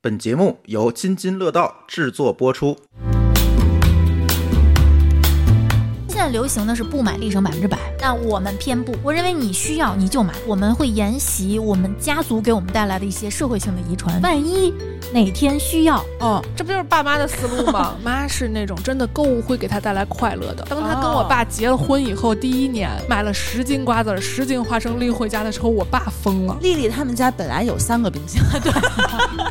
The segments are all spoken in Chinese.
本节目由津津乐道制作播出。现在流行的是不买立省百分之百，但我们偏不。我认为你需要你就买，我们会沿袭我们家族给我们带来的一些社会性的遗传。万一哪天需要，哦，这不就是爸妈的思路 吗？妈是那种真的购物会给她带来快乐的。哦当她跟我爸结了婚以后，第一年买了十斤瓜子儿、十斤花生粒回家的时候，我爸疯了。丽丽他们家本来有三个冰箱，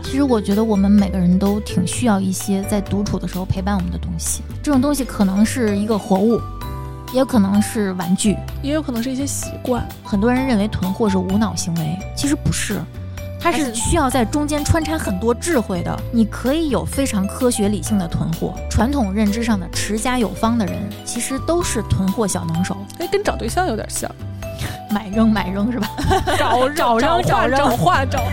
其实我觉得我们每个人都挺需要一些在独处的时候陪伴我们的东西。这种东西可能是一个活物，也有可能是玩具。也有可能是一些习惯，很多人认为囤货是无脑行为，其实不是，它还是是需要在中间穿插很多智慧的。你可以有非常科学理性的囤货，传统认知上的持家有方的人，其实都是囤货小能手，哎，跟找对象有点像。买扔买扔是吧？找找找找找找话找话。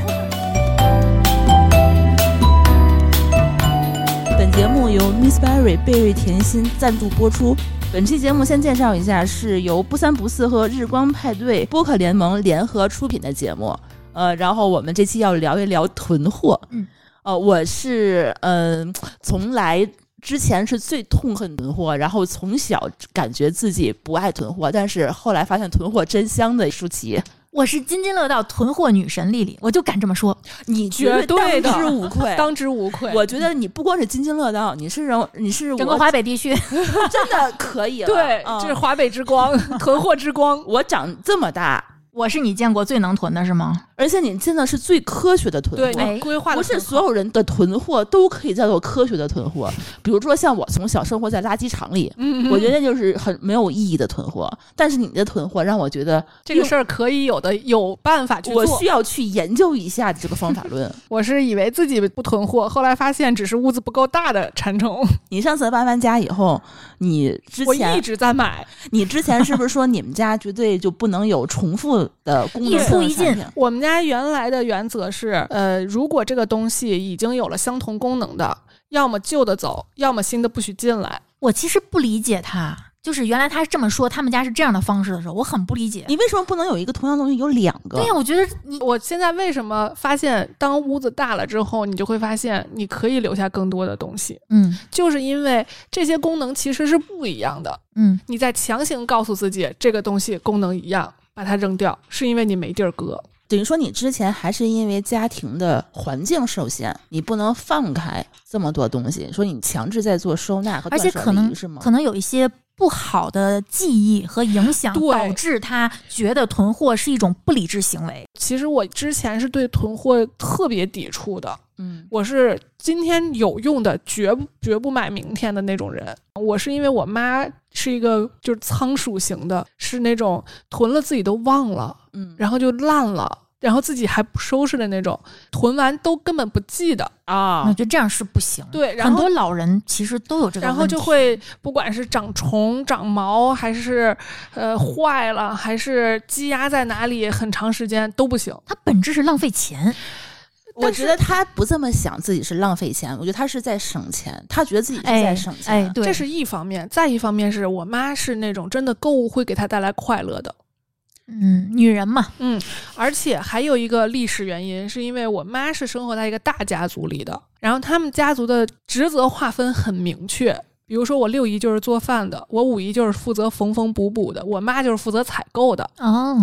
本节目由 Miss Berry 贝瑞甜心赞助播出。本期节目先介绍一下，是由不三不四和日光派对播客联盟联合出品的节目。呃，然后我们这期要聊一聊囤货。嗯，呃，我是嗯、从来之前是最痛恨囤货，然后从小感觉自己不爱囤货，但是后来发现囤货真香的舒淇， 我是津津乐道囤货女神丽丽，我就敢这么 说。你绝对的当之无 愧。当之无愧。我觉得你不光是津津乐道，你是让你是整我个华北地区，真 的可以了。对，嗯这是华北之 光，囤货之光。我长这么大， 我是你见过最能囤的是吗？而且你真的是最科学的囤对，货。哎你规划的不是所有人的囤货都可以叫做科学的囤货，比如说像我从小生活在垃圾场里，嗯，嗯我觉得就是很没有意义的囤货。但是你的囤货让我觉得这个事儿可以有的有办法去做。我需要去研究一下这个方法论。 我是以为自己不囤货，后来发现只是屋子不够大的馋虫。你上次搬完家以后，你之我一前直在买，你之前是不是说你们家绝对就不能有重复的功能性的一出一进产品我们家原来的原则是，呃，如果这个东西已经有了相同功能的，要么旧的走，要么新的不许进来。我其实不理解她，就是原来她是这么说，他们家是这样的方式的时候，我很不理解。你为什么不能有一个同样东西有两个？对呀、我觉得你我现在为什么发现，当屋子大了之后，你就会发现你可以留下更多的东西，嗯就是因为这些功能其实是不一样的。嗯，你在强行告诉自己这个东西功能一样，把它扔掉，是因为你没地儿搁。等于说你之前还是因为家庭的环境受限，你不能放开这么多东西，说你强制在做收纳和而哦断且舍可能离是吗可？能有一些不好的记忆和影响，对导致他觉得囤货是一种不理智行为。其实我之前是对囤货特别抵触的，嗯，我是今天有用的，绝不绝不买明天的那种人。我是因为我妈是一个就是仓鼠型的，是那种囤了自己都忘了，嗯然后就烂了，然后自己还不收拾的那种，囤完都根本不记得。我啊，觉得这样是不行。对，嗯然很后多老人其实都有这个然后问就题会不管是长虫、长毛，还是呃坏了，还是积压在哪里很长时间都不行。它本质是浪费钱，我觉得他不这么想，自己是浪费钱，我觉得他是在省钱，他觉得自己是在哎省钱。啊哎，对，这是一方面，再一方面是我妈是那种真的购物会给她带来快乐的，嗯，女人嘛，而且还有一个历史原因，是因为我妈是生活在一个大家族里的，然后他们家族的职责划分很明确。比如说，我六姨就是做饭的，我五姨就是负责缝缝补补的，我妈就是负责采购的。哦，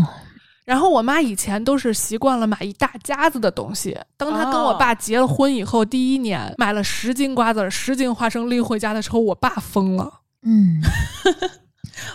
然后我妈以前都是习惯了买一大家子的东西。当她跟我哦爸结了婚以后，第一年买了十斤瓜子儿、十斤花生粒回家的时候，我爸疯了。嗯，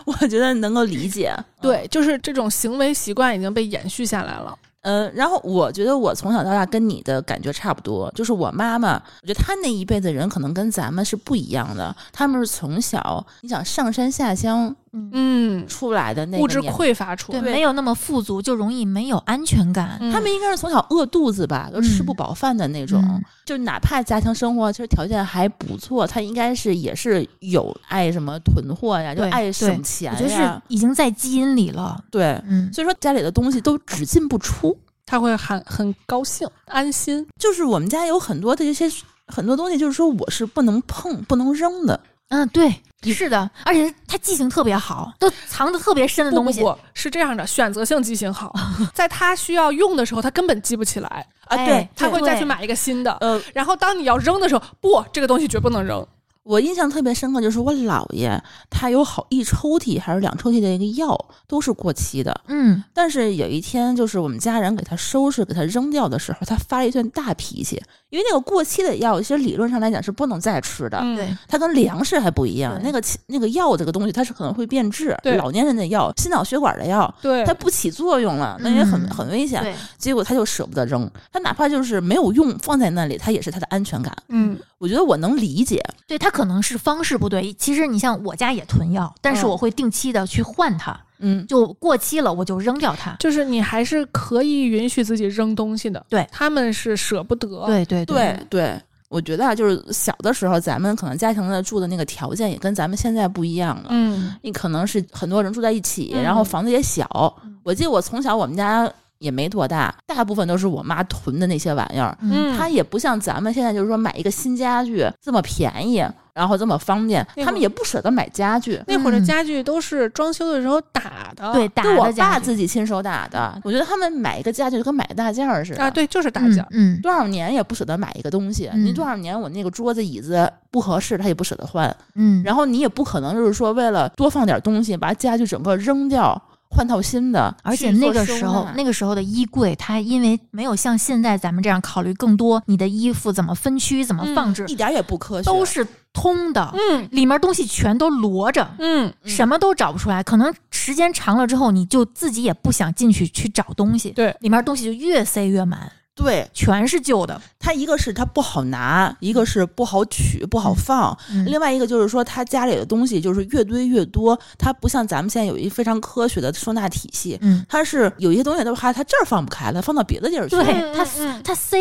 我觉得能够理解。对，就是这种行为习惯已经被延续下来了。嗯，然后我觉得我从小到大跟你的感觉差不多，就是我妈妈，我觉得她那一辈的人可能跟咱们是不一样的，他们是从小你想上山下乡嗯，出来的那个物质年匮乏出对，来。没有那么富足，就容易没有安全感。嗯他们应该是从小饿肚子吧，都吃不饱饭的那种。嗯就哪怕家庭生活其实条件还不错，他应该是也是有爱什么囤货呀，就对爱对省钱我觉得是呀。已经在基因里了。对，嗯，所以说家里的东西都只进不出。他会很很高兴、安心。就是我们家有很多的一些很多东西，就是说我是不能碰、不能扔的。嗯，对，是的，而且他记性特别好，都藏的特别深的不东不西。不，是这样的，选择性记 性好，在他需要用的时候，他根本记不起来，啊，哎对，他会再去对买一个新的。呃，然后当你要扔的时候，不，这个东西绝不能扔。我印象特别深刻，就是我姥爷他有好一抽屉还是两抽屉的一个药都是过期的，嗯，但是有一天就是我们家人给他收拾给他扔掉的时候，他发了一顿大脾气，因为那个过期的药其实理论上来讲是不能再吃的，嗯，对，它跟粮食还不一样，对那个起那个药这个东西它是可能会变质，对老年人的药、心脑血管的药。对嗯它不起作用了，那也很、嗯很危险。对，结果他就舍不得扔，他哪怕就是没有用，放在那里，他也是他的安全感。嗯，我觉得我能理解，对，他可能是方式不对。其实你像我家也囤药，但是嗯我会定期的去换它，嗯，就过期了我就扔掉它。就是你还是可以允许自己扔东西的。对他们是舍不得。，对对对对，我觉得啊，就是小的时候，咱们可能家庭的住的那个条件也跟咱们现在不一样了。嗯你可能是很多人住在一起，嗯然后房子也小。嗯我记得我从小我们家也没多大，大部分都是我妈囤的那些玩意儿。嗯，它也不像咱们现在就是说买一个新家具这么便宜，然后这么方便，那会儿他们也不舍得买家具。那会儿的嗯家具都是装修的时候打的。对，打就的嗯我爸家嗯自己亲手打的，我觉得他们买一个家具就跟买大件儿似的。啊，对，就是打架嗯。嗯，多少年也不舍得买一个东西，嗯你多少年我那个桌子椅子不合适，他也不舍得换。嗯，然后你也不可能就是说为了多放点东西，把家具整个扔掉，换套新的。而且去那做个收时候纳，那个时候的衣柜，它因为没有像现在咱们这样考虑更多，你的衣服怎么分区、怎么放置，嗯一点也不科学，都是通的，嗯里面东西全都摞着，嗯，嗯什么都找不出来。可能时间长了之后，你就自己也不想进去去找东西，对里面东西就越塞越满，对。全是旧的。它一个是它不好拿，一个是不好取、不好放，嗯另外一个就是说他家里的东西就是越堆越多，它不像咱们现在有一非常科学的收纳体系。嗯，它是有一些东西的话，它这儿放不开了，放到别的地儿去。对嗯它嗯嗯它塞，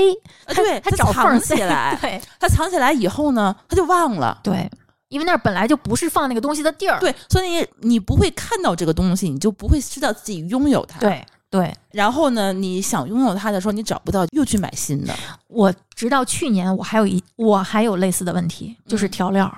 啊对，它它找缝儿藏塞起来，对它藏起来以后呢，它就忘了。对，因为那儿本来就不是放那个东西的地儿。对，所以你不会看到这个东西，你就不会知道自己拥有它。，对对，然后呢，你想拥有它的时候，你找不到，又去买新的。我直到去年，我还有一我还有类似的问题，就是调料。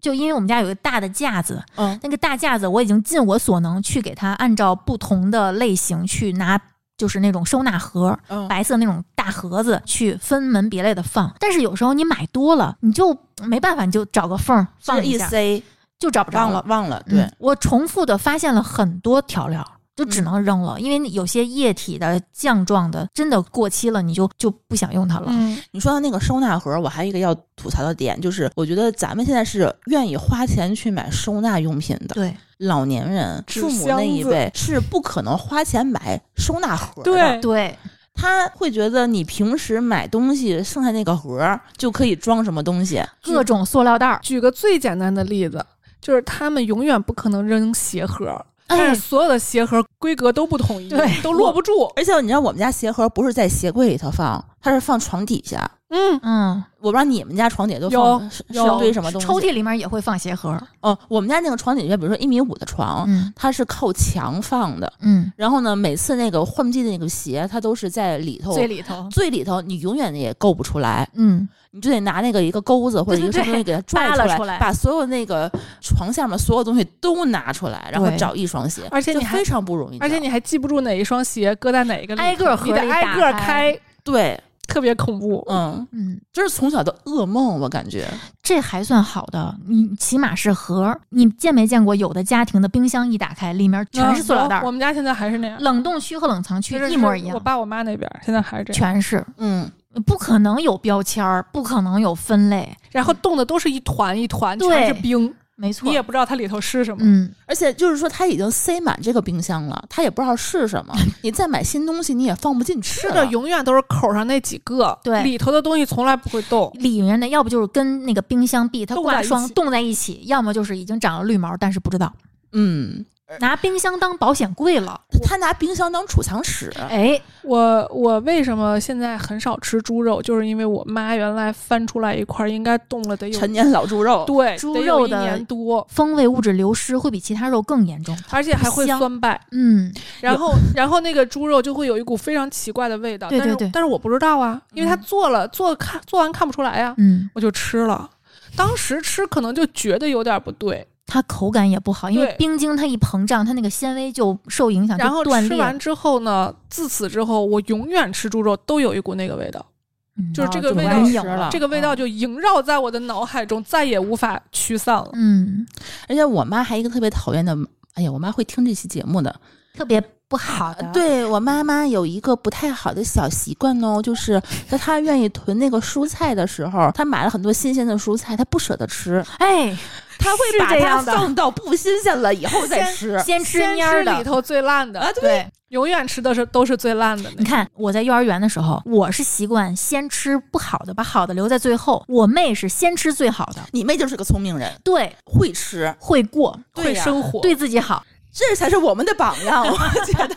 就因为我们家有个大的架子，嗯，那个大架子我已经尽我所能去给它按照不同的类型去拿，就是那种收纳盒，嗯白色那种大盒子去分门别类的放。但是有时候你买多了，你就没办法，你就找个缝儿就是放一下，塞，就找不着忘了了。E 忘了。嗯对，我重复的发现了很多调料，就嗯只能扔了，因为有些液体的、酱状的，真的过期了，你就就不想用它了。嗯你说到那个收纳盒，我还有一个要吐槽的点，就是我觉得咱们现在是愿意花钱去买收纳用品的，对，老年人、纸父母那一箱子辈是不可能花钱买收纳盒的。对对，他会觉得你平时买东西剩下那个盒儿就可以装什么东西。各种塑料袋儿，举个最简单的例子，就是他们永远不可能扔鞋盒，但哎是，所有的鞋盒规格都不统一，对都落不住。而且你知道，我们家鞋盒不是在鞋柜里头放，它是放床底下。嗯，嗯，我不知道你们家床底下都放是是有一堆什么东西？抽屉里面也会放鞋盒。哦，我们家那个床底下，比如说一米五的床，嗯它是靠墙放的。嗯，然后呢，每次那个换季的那个鞋，它都是在里头最里头。最里头，你永远也够不出来，嗯，你就得拿那个一个钩子或者对一个对什对么东西给它拽扒出拉来，出来把所有那个床下面所有东西都拿出来，然后对找一双鞋，而且就你还非常不容易找，而且你还记不住哪一双鞋搁在哪一个里头，挨个盒你得里挨打个开开，对，特别恐怖。嗯，嗯，这是从小的噩梦，我感觉，这还算好的，你起码是盒儿。你见没见过有的家庭的冰箱一打开，里面全是塑料袋嗯我儿？们家现在还是那样，冷冻区和冷藏区就是一模一样我，爸我妈那边现在还是这样，全是，嗯，不可能有标签儿，不可能有分类，然后冻的都是一团一团，对全是冰，没错你。也不知道它里头是什么。嗯，而且就是说他已经塞满这个冰箱了，他也不知道是什么， 你再买新东西你也放不进去吃了的永远都是口上那几个，对里头的东西从来不会动。里面的要不就是跟那个冰箱壁它冻挂在一霜起冻在一起，要么就是已经长了绿毛，但是不知道嗯，哎拿冰箱当保险柜了。他拿冰箱当储藏室，哎，我我为什么现在很少吃猪肉，就是因为我妈原来翻出来一块儿，应该冻了得有陈年老猪肉，对猪得有肉一的年多，风味物质流失会比其他肉更严重。而且还会香酸败。嗯，然后然后那个猪肉就会有一股非常奇怪的味道，对但是对对但是我不知道啊，因为它嗯做了做看做完看不出来呀、嗯，我就吃了。当时吃可能就觉得有点不对，它口感也不好，因为对冰晶它一膨胀，它那个纤维就受影响，然后啊就断吃裂。完之后呢，自此之后我永远吃猪肉都有一股那个味道，嗯就是这个就味完道影吃了了啊这个味道就萦绕在我的脑海中，再也无法驱散了。嗯，而且我妈还一个特别讨厌的，哎呀，我妈会听这期节目的。特别不好的。，呃对我妈妈有一个不太好的小习惯哦，就是在她愿意囤那个蔬菜的时候，她买了很多新鲜的蔬菜，她不舍得吃，哎，她会是把这它样的放到不新鲜了以后再吃。先 吃先蔫儿吃的里头最烂的，啊对对，永远吃的是都是最烂的那你个。看我在幼儿园的时候，我是习惯先吃不好的，把好的留在最后。我妹是先吃最好的，你妹就是个聪明人，对，会吃，会过，对会呀生火，对自己好。这才是我们的榜样。我觉得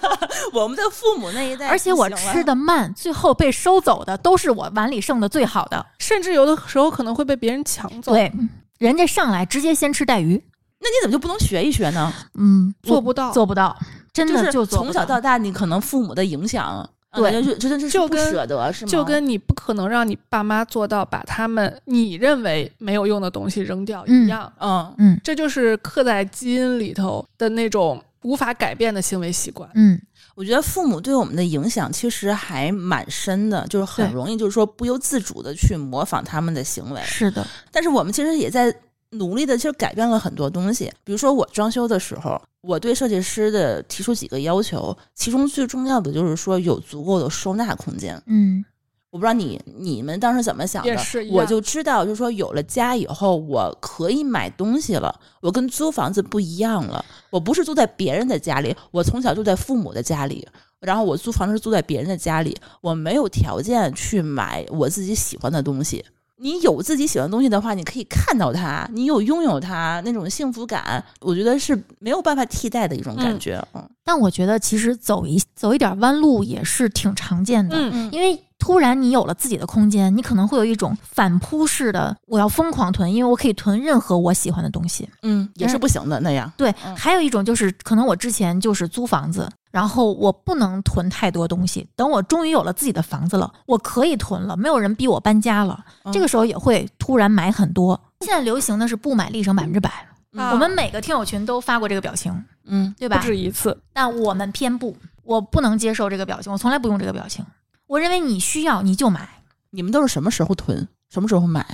我们的父母那一代，而且我吃。的慢，最后被收走的都是我碗里剩的最好的。甚至有的时候可能会被别人抢走。对，人家上来直接先吃带鱼，那你怎么就不能学一学呢？嗯，做不到做不到，真的是做从不小到大，你可能父母的影响，对啊就真的是就不跟舍得，是吗？就跟你不可能让你爸妈做到把他们你认为没有用的东西扔掉嗯一样，嗯，嗯这就是刻在基因里头的那种无法改变的行为习惯。嗯，我觉得父母对我们的影响其实还蛮深的，就是很对容易就是说不由自主的去模仿他们的行为。是的，但是我们其实也在努力的，其实改变了很多东西。比如说我装修的时候，我对设计师的提出几个要求，其中最重要的就是说有足够的收纳空间。嗯我不知道你你们当时怎么想的，也是一样我就知道，就是说有了家以后，我可以买东西了，我跟租房子不一样了，我不是住在别人的家里，我从小住在父母的家里，然后我租房是住在别人的家里，我没有条件去买我自己喜欢的东西。你有自己喜欢的东西的话，你可以看到它，你有拥有它那种幸福感，我觉得是没有办法替代的一种感觉。嗯，但我觉得其实走一走一点弯路也是挺常见的，嗯，因为突然你有了自己的空间，你可能会有一种反扑式的，我要疯狂囤，因为我可以囤任何我喜欢的东西。嗯，也是不行的那样。对，嗯还有一种就是，可能我之前就是租房子，然后我不能囤太多东西。等我终于有了自己的房子了，我可以囤了，没有人逼我搬家了，嗯这个时候也会突然买很多。现在流行的是不买立省百分之百，啊我们每个听友群都发过这个表情，嗯，对不吧？止一次，但我们偏不，我不能接受这个表情，我从来不用这个表情。我认为你需要你就买，你们都是什么时候囤，什么时候买？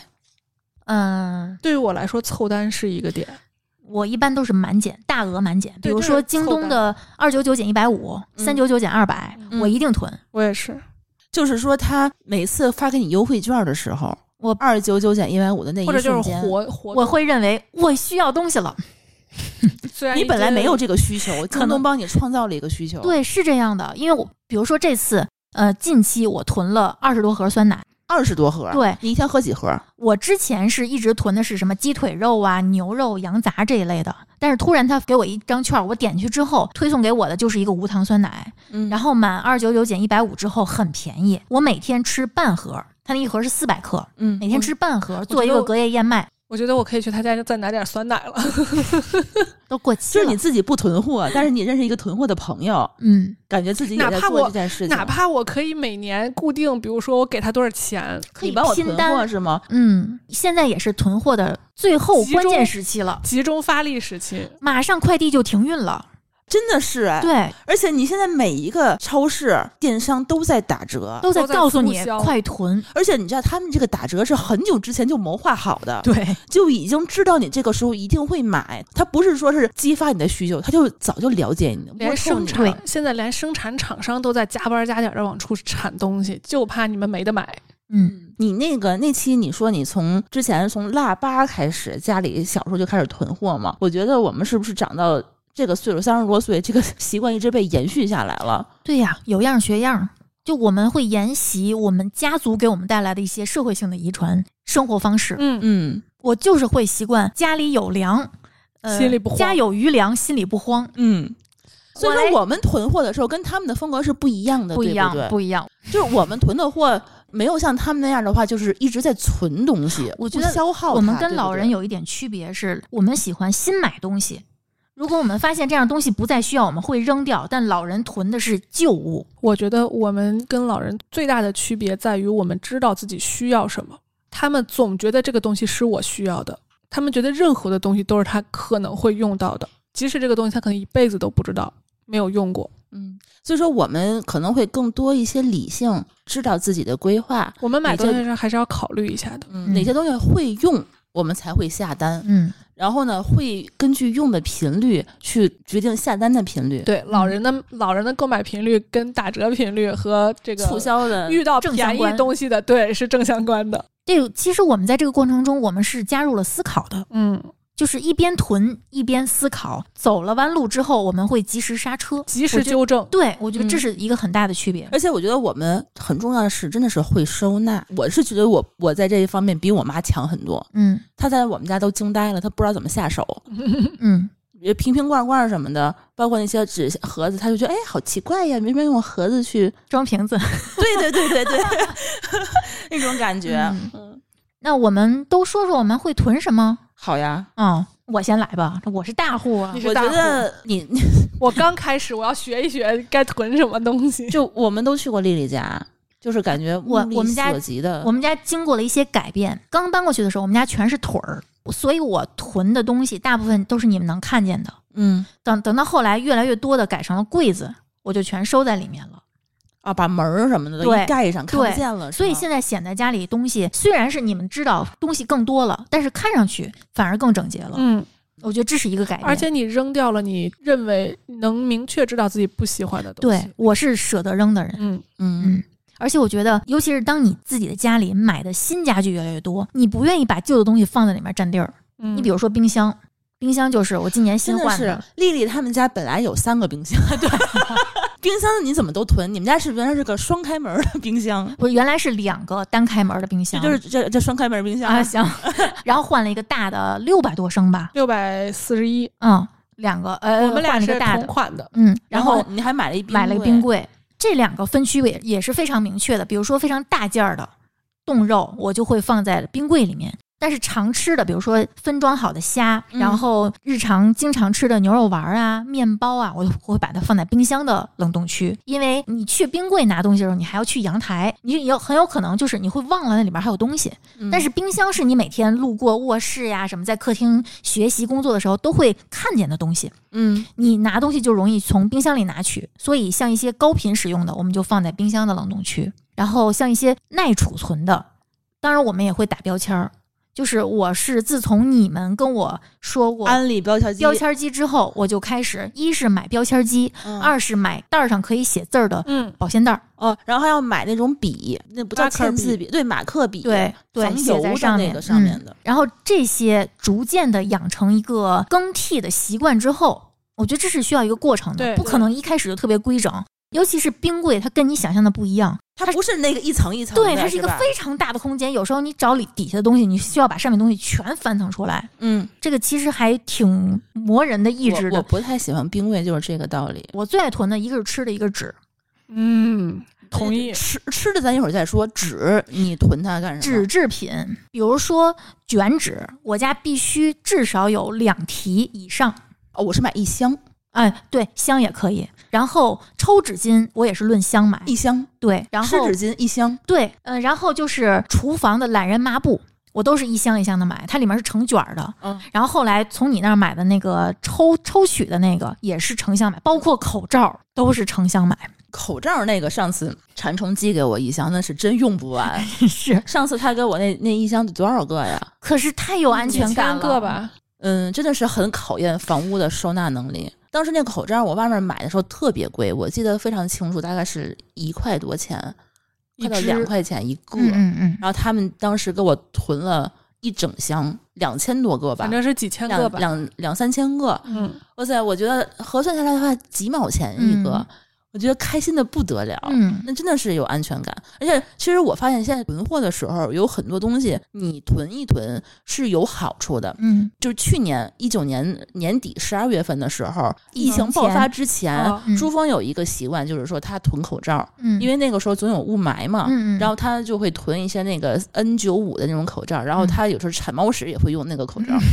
嗯，对于我来说，凑单是一个点。我一般都是满减，大额满减，比对如这说是京凑东单的二九九减一百五，嗯三九九减二百，嗯我一定囤。我也是，就是说他每次发给你优惠券的时候，我二九九减一百五的那一或者就是瞬间，活活我动，会认为我需要东西了，虽然你本来没有这这个需求，京东帮你创造了一个需求。，对，是这样的。因为我比如说这次，呃，近期我囤了二十多盒酸奶，二十多盒，对你一天喝几盒？我之前是一直囤的是什么鸡腿肉啊、牛肉、羊杂这一类的，但是突然他给我一张券儿，我点去之后，推送给我的就是一个无糖酸奶，嗯然后后满二九九减一百五之后很便宜，我每天吃半盒，它那一盒是四百克，嗯每天吃半盒，做觉一得个哦我隔夜燕麦。我觉得我可以去他家再拿点酸奶了。都过就期是了。你自己不囤货，但是你认识一个囤货的朋友，嗯，感觉自己也哪在怕做我这件事情。哪怕我可以每年固定，比如说我给他多少钱，可你帮我拼囤货单。是吗？嗯，现在也是囤货的最后关键时期了，集中发力时期，马上快递就停运了。真的是哎，对，而且你现在每一个超市、电商都在打折，都在都在告诉你促销快囤。嗯而且你知道他们这个打折是很久之前就谋划好的，对，就已经知道你这个时候一定会买，他不是说是激发你的需求，他就早就了解你，摸连透啊生你产了。现在连生产厂商都在加班加点的往出产东西，就怕你们没得买。嗯，你那个那期你说你从之前从腊八开始，家里小时候就开始囤货嘛？我觉得我们是不是长到这个岁数，三十多岁，这个习惯一直被延续下来了？对呀，有样学样。就我们会沿袭我们家族给我们带来的一些社会性的遗传生活方式。嗯，嗯我就是会习惯家里有粮，呃、心里不慌家有余粮，心里不慌。嗯。所以我来说，我们囤货的时候跟他们的风格是不一样的，不一样，嗯对不不一样。对？就是我们囤的货没有像他们那样的话，就是一直在存东西，我觉不得消耗它。我们对跟不老对人有一点区别是，我们喜欢新买东西。如果我们发现这样东西不再需要，我们会扔掉。但老人囤的是旧物，我觉得我们跟老人最大的区别在于，我们知道自己需要什么。他们总觉得这个东西是我需要的，他们觉得任何的东西都是他可能会用到的，即使这个东西他可能一辈子都不知道没有用过。嗯，所以说我们可能会更多一些理性，知道自己的规划，我们买你这东西的时候还是要考虑一下的。嗯，哪些东西会用，我们才会下单。嗯，然后呢，会根据用的频率去决定下单的频率。，对老人嗯的老人的购买频率跟打折频率和这个促销的遇到正相便关宜东西的，对是正相关的。这个其实我们在这个过程中，我们是加入了思考的，嗯，就是一边囤一边思考。走了弯路之后，我们会及时刹车，及时我觉得。纠正。对，我觉得嗯这是一个很大的区 别。而且我觉得我们很重要的是，真的是会收纳。我是觉得我我在这一方面比我妈强很多。嗯她在我们家都惊呆了，她不知道怎么下手，嗯也瓶瓶罐罐什么的，包括那些纸盒子，她就觉得哎，好奇怪呀，明明用盒子去，装瓶子。对对对对对， 那种感觉，嗯嗯，那我们都说说我们会囤什么？好呀。嗯，我先来吧，我是大户啊你。是我大觉户得你。我刚开始我要学一学该囤什么东西就我们都去过丽丽家，就是感觉我目力我们家所及的，我们家经过了一些改变，刚搬过去的时候，我们家全是腿儿，所以我囤的东西大部分都是你们能看见的。嗯等等到后来越来越多的改成了柜子，我就全收在里面了。啊，把门儿什么的都对一盖上，看对不见了。是所以吗现在显得家里东西虽然是你们知道东西更多了，但是看上去反而更整洁了。嗯，我觉得这是一个改变。而且你扔掉了你认为能明确知道自己不喜欢的东西。对，我是舍得扔的人。嗯，嗯，而且我觉得，尤其是当你自己的家里买的新家具越来越多，你不愿意把旧的东西放在里面占地儿。嗯你比如说冰箱，冰箱就是我今年新真的换是丽丽他们家本来有三个冰 箱， 对，冰箱你怎么都囤？你们家是原来是个双开门的冰箱，我原来是两个单开门的冰这箱，就是这这双开门冰箱啊行，然后换了一个大的六百多升吧，六百四十一，嗯，两个呃，我们俩换了是一个大同的，款的。嗯，然然后后你还买了一买了个冰冰柜，柜，这两个分区也也是非常明确的。比如说非常大件儿的冻肉，我就会放在冰柜里面；但是常吃的，比如说分装好的虾，嗯然后日常经常吃的牛肉丸儿啊、面包啊，我就我会把它放在冰箱的冷冻区。因为你去冰柜拿东西的时候，你还要去阳台，你有很有可能就是你会忘了那里边还有东西。嗯但是冰箱是你每天路过卧室呀、什么在客厅学习工作的时候都会看见的东西。嗯你拿东西就容易从冰箱里拿取，所以像一些高频使用的，我们就放在冰箱的冷冻区。然后像一些耐储存的，当然我们也会打标签儿。就是我是自从你们跟我说过安利标签机，标签机之后，我就开始一是买标签机，嗯二是买袋儿上可以写字儿的嗯，保鲜袋儿。哦，然后还要买那种笔，那不叫马克签字笔笔，对，马克笔，对对，防写油在的上那面个上面嗯的。然后这些逐渐的养成一个更替的习惯之后，我觉得这是需要一个过程的，对不可能一开始就特别规整。尤其是冰柜，它跟你想象的不一样，它不是那个一层一层的，对，它是一个吧非常大的空间。有时候你找里底下的东西，你需要把上面东西全翻腾出来，嗯，这个其实还挺磨人的意志我我的。不太喜欢冰柜，就是这个道理。我最爱囤的一个是吃的，一个是纸。嗯，同意。吃吃的咱一会儿再说，纸你囤它干什么？纸制品，比如说卷纸，我家必须至少有两提以上。哦，我是买一箱，哎，对，香也可以。然后抽纸巾，我也是论箱买。一箱，对，然后哎湿纸巾一箱，对，呃，然后就是厨房的懒人抹布，我都是一箱一箱的买，它里面是成卷儿的。嗯，然后后来从你那儿买的那个抽抽取的那个也是成箱买，包括口罩都是成箱 买。口罩那个上次馋虫寄给我一箱，那是真用 不完。是，上次他给我那那一箱多少个呀？可是太有安全感三了。个？吧，嗯，真的是很考验房屋的收纳能力。当时那口罩我外面买的时候特别贵，我记得非常清楚，大概是一块多钱，一快到只两块钱一个。嗯嗯嗯。然后他们当时给我囤了一整箱，两千多个吧反，正是几千个两吧。两两三千个。嗯，哇塞，我觉得核算下来的话，几毛钱一个，嗯我觉得开心的不得了。嗯，那真的是有安全感，而且其实我发现现在囤货的时候，有很多东西你囤一囤是有好处的。嗯，就是去年一九年年底十二月份的时候，疫情爆发之前，哦嗯朱峰有一个习惯，就是说他囤口罩，嗯，因为那个时候总有雾霾嘛，嗯嗯然后他就嗯会囤一些那个 N 九五的那种口罩，然后他有时候铲猫屎也会用那个口罩。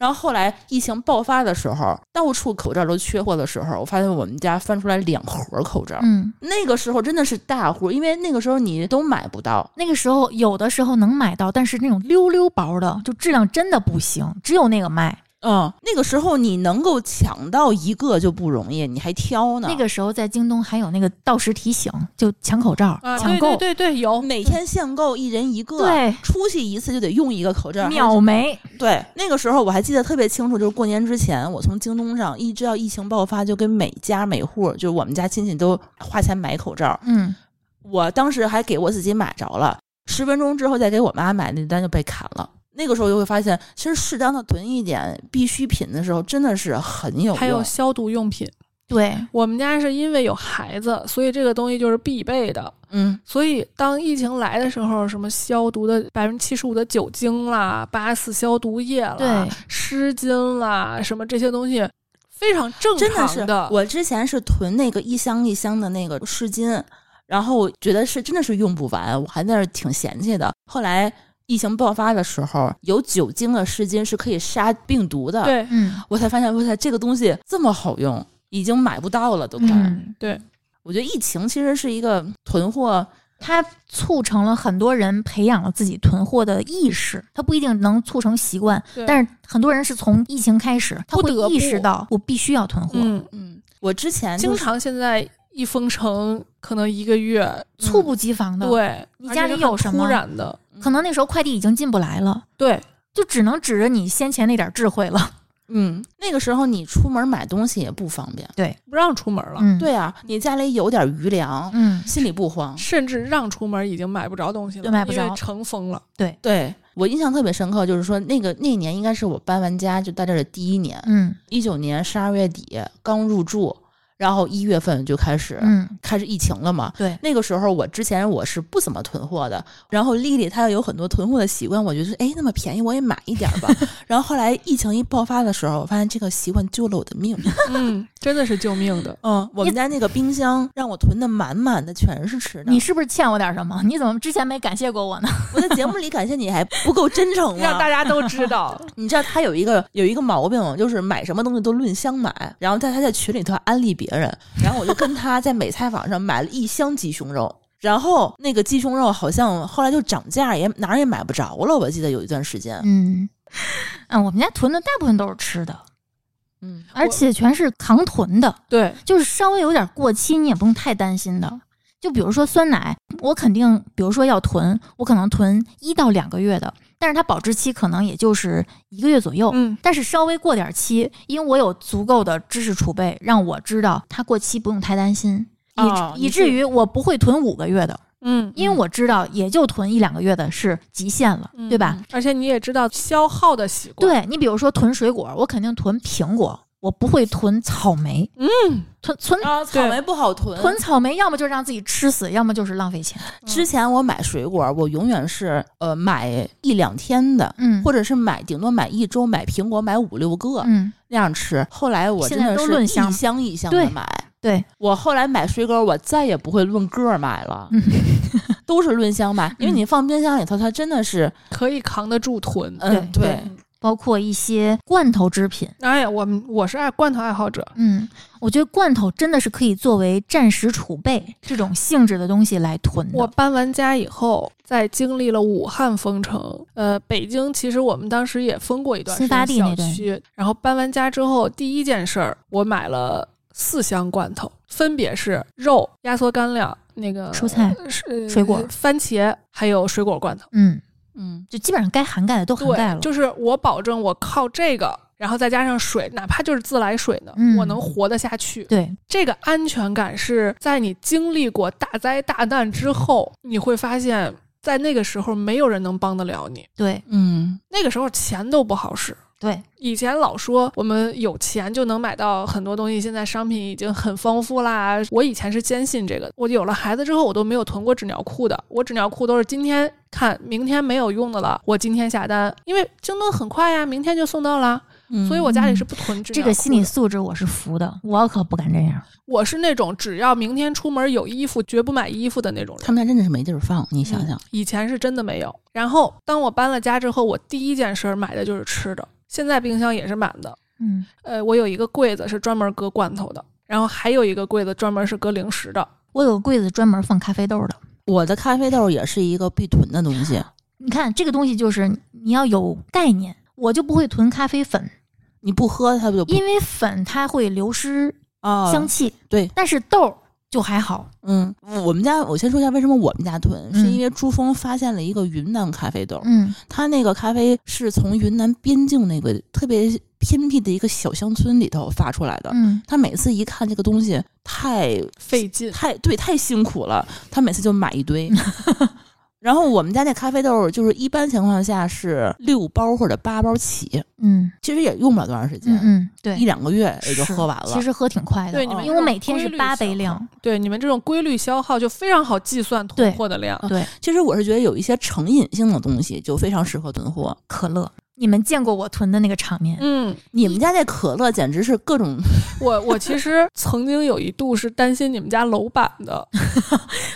然后后来疫情爆发的时候，到处口罩都缺货的时候，我发现我们家翻出来两盒口罩。嗯，那个时候真的是大户，因为那个时候你都买不到。那个时候有的时候能买到，但是那种溜溜薄的，就质量真的不行，只有那个卖。嗯，那个时候你能够抢到一个就不容易，你还挑呢。那个时候在京东还有那个到时提醒，就抢口罩、啊，抢对购嗯对，对对，有每天限购一人一个，对出去一次就得用一个口罩，秒没。对，那个时候我还记得特别清楚，就是过年之前，我从京东上一直到疫情爆发，就跟每家每户，就是我们家亲戚都花钱买口罩。嗯，我当时还给我自己买着了，十分钟之后再给我妈买那单就被砍了。那个时候就会发现，其实适当的囤一点必需品的时候，真的是很有用。还有消毒用品。对，我们家是因为有孩子，所以这个东西就是必备的。嗯，所以当疫情来的时候，什么消毒的百分之七十五的酒精啦、八四消毒液啦对、湿巾啦，什么这些东西非常正真的常是，我之前是囤那个一箱一箱的那个湿巾，然后我觉得是真的是用不完，我还在那儿挺嫌弃的。后来疫情爆发的时候，有酒精的湿巾是可以杀病毒的，对嗯我才发现，我操，这个东西这么好用，已经买不到了都快。嗯，对，我觉得疫情其实是一个囤货，它促成了很多人培养了自己囤货的意识，它不一定能促成习惯，对但是很多人是从疫情开始，他不会得意识不到我必须要囤货，嗯，嗯，我之前就经是常现在一封城可能一个月，嗯猝不及防的。，对，你而且家里是很有什么突然的，可能那时候快递已经进不来了，对，就只能指着你先前那点智慧了。嗯，那个时候你出门买东西也不方便，不让出门了，嗯，，对啊，你家里有点余粮，嗯，心里不慌。甚至让出门已经买不着东西了，对买不着因为城封了。对我印象特别深刻，就是说那个那年应该是我搬完家就到这儿的第一年，嗯一九年十二月底刚入住，然后一月份就开始、嗯，开始疫情了嘛。对，那个时候我之前我是不怎么囤货的，然后丽丽她有很多囤货的习惯，我就说哎那么便宜我也买一点儿吧。 然后后来疫情一爆发的时候，我发现这个习惯救了我的 命。嗯， 真的是救命的。嗯，我你们家那个冰箱让我囤的满满的，全是吃的。你是不是欠我点什么？你怎么之前没感谢过我呢？我在节目里感谢你还不够真诚吗？让大家都知道， 你知道他有一个有一个毛病，就是买什么东西都论箱买，然后在他在群里头安利别人，然后我就跟他在美菜坊上买了一箱鸡胸肉，然后那个鸡胸肉好像后来就涨价，也哪儿也买不着了，我记得有一段时间，嗯嗯，我们家囤的大部分都是吃的，嗯，而且全是扛囤的，对，就是稍微有点过期，你也不用太担心的。就比如说酸奶，我肯定，比如说要囤，我可能囤一到两个月的，但是它保质期可能也就是一个月左右。嗯，但是稍微过点期，因为我有足够的知识储备，让我知道它过期不用太担心，以、哦以你至是于我不会囤五个月的，嗯，因为我知道也就囤一两个月的是极限了，对吧？嗯？而且你也知道消耗的习惯，对你比如说囤水果，我肯定囤苹果，我不会囤草莓，嗯，囤囤啊，草莓不好囤。囤嗯草莓，要么就让自己吃死，要么就是浪费钱。之前我买水果，我永远是呃买一两天的。嗯，或者是买，顶多买一周，买苹果买五六个、嗯，那样吃。后来我现真在的都是论一箱箱一箱对的买，对，我后来买水果，我再也不会论个儿买了，嗯都是论箱买，因为你放冰箱里头，它真的是，可以扛得住囤。嗯，对包括一些罐头制品。哎呀，我们我是爱罐头爱好者，嗯，我觉得罐头真的是可以作为暂时储备这种性质的东西来囤我的。搬完家以后，在经历了武汉封城，呃，北京其实我们当时也封过一段时新发间地那小段区，然后搬完家之后，第一件事儿，我买了四箱罐头，分别是肉、压缩干粮、那个蔬菜、是呃水果番茄，还有水果罐头。嗯，嗯，就基本上该涵盖的都涵盖对，了。就是我保证我靠这个，然后再加上水，哪怕就是自来水呢，嗯我能活得下去。对，这个安全感是在你经历过大灾大难之后，你会发现在那个时候没有人能帮得了你，对，嗯，那个时候钱都不好使。对，以前老说我们有钱就能买到很多东西，现在商品已经很丰富啦。我以前是坚信这个，我有了孩子之后，我都没有囤过纸尿裤的。我纸尿裤都是今天看，明天没有用的了，我今天下单，因为京东很快呀，明天就送到啦。嗯所以我家里是不囤纸尿这裤的。个心理素质我是服的，我可不敢这样。我是那种只要明天出门有衣服，绝不买衣服的那种人。嗯他们家真的是没地儿放，你嗯想想，以前是真的没有。然后当我搬了家之后，我第一件事儿买的就是吃的。现在冰箱也是满的。嗯，呃，我有一个柜子是专门搁罐头的，然后还有一个柜子专门是搁零食的。我有个柜子专门放咖啡豆的。我的咖啡豆也是一个必囤的东 西，你看这个东西就是你要有概念，我就不会囤咖啡粉，你不喝它不就不因为粉它会流失啊香气，对，但是豆儿就还好。嗯，我们家我先说一下为什么我们家囤，是嗯因为珠峰发现了一个云南咖啡豆，嗯它那个咖啡是从云南边境那个特别偏僻的一个小乡村里头发出来的。嗯，他每次一看这个东西太费劲，太对太辛苦了，他每次就买一 堆。嗯然后我们家那咖啡豆就是一般情况下是六包或者八包起，嗯其实也用不了多长时间，嗯嗯，对，一两个月也就是喝完了。其实喝挺快的，哦对你们因为我每天是规律八消杯耗量。对你们这种规律消耗就非常好计算对囤货的量。对，其实我是觉得有一些成瘾性的东西就非常适合囤货。可乐，你们见过我囤的那个场面？嗯，你们家那可乐简直是各种我我 其实曾经有一度是担心你们家楼板的，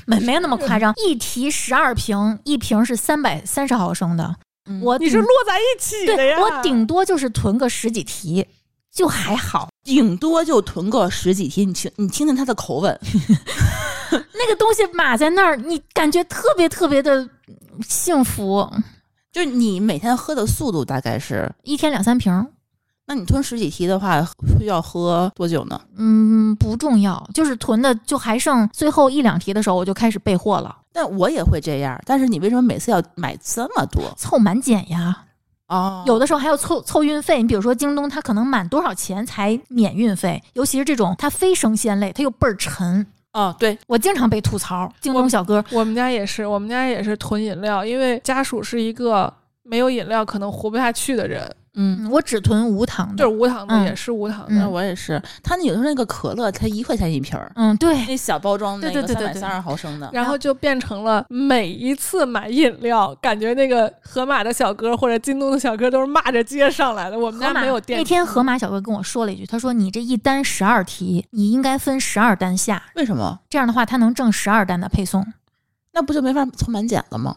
没没有那么嗯夸张，一提十二瓶，一瓶是三百三十毫升的，嗯我你是顶摞在一起的对呀。我顶多就是囤个十几提，就还好。顶多就囤个十几天，你听你听听它的口吻，那个东西码在那儿，你感觉特别特别的幸福，就是你每天喝的速度大概是，一天两三瓶。那你吞十几提的话，需要喝多久呢？嗯，不重要，就是囤的，就还剩最后一两提的时候，我就开始备货了，但我也会这样，但是你为什么每次要买这么多？凑满减呀。哦有的时候还要凑凑运费，你比如说京东，它可能满多少钱才免运费，尤其是这种它非生鲜类，它又倍儿沉，哦，对，我经常被吐槽。京我东小哥，我们家也是，我们家也是囤饮料，因为家属是一个没有饮料可能活不下去的人，嗯，嗯我只囤无糖就的。是无糖嗯的也是无糖那的。嗯我也是。他那有时候那个可乐才一块钱一瓶儿，嗯，对，那小包装那对个对三对百对对三十毫啊升的，然后就变成了每一次买饮料，感觉那个盒马的小哥或者京东的小哥都是骂着街上来的。我们河家马没有电。那天河马小哥跟我说了一句，他说：“你这一单十二题，你应该分十二单下，为什么？这样的话他能挣十二单的配送。那不就没法凑满减了吗？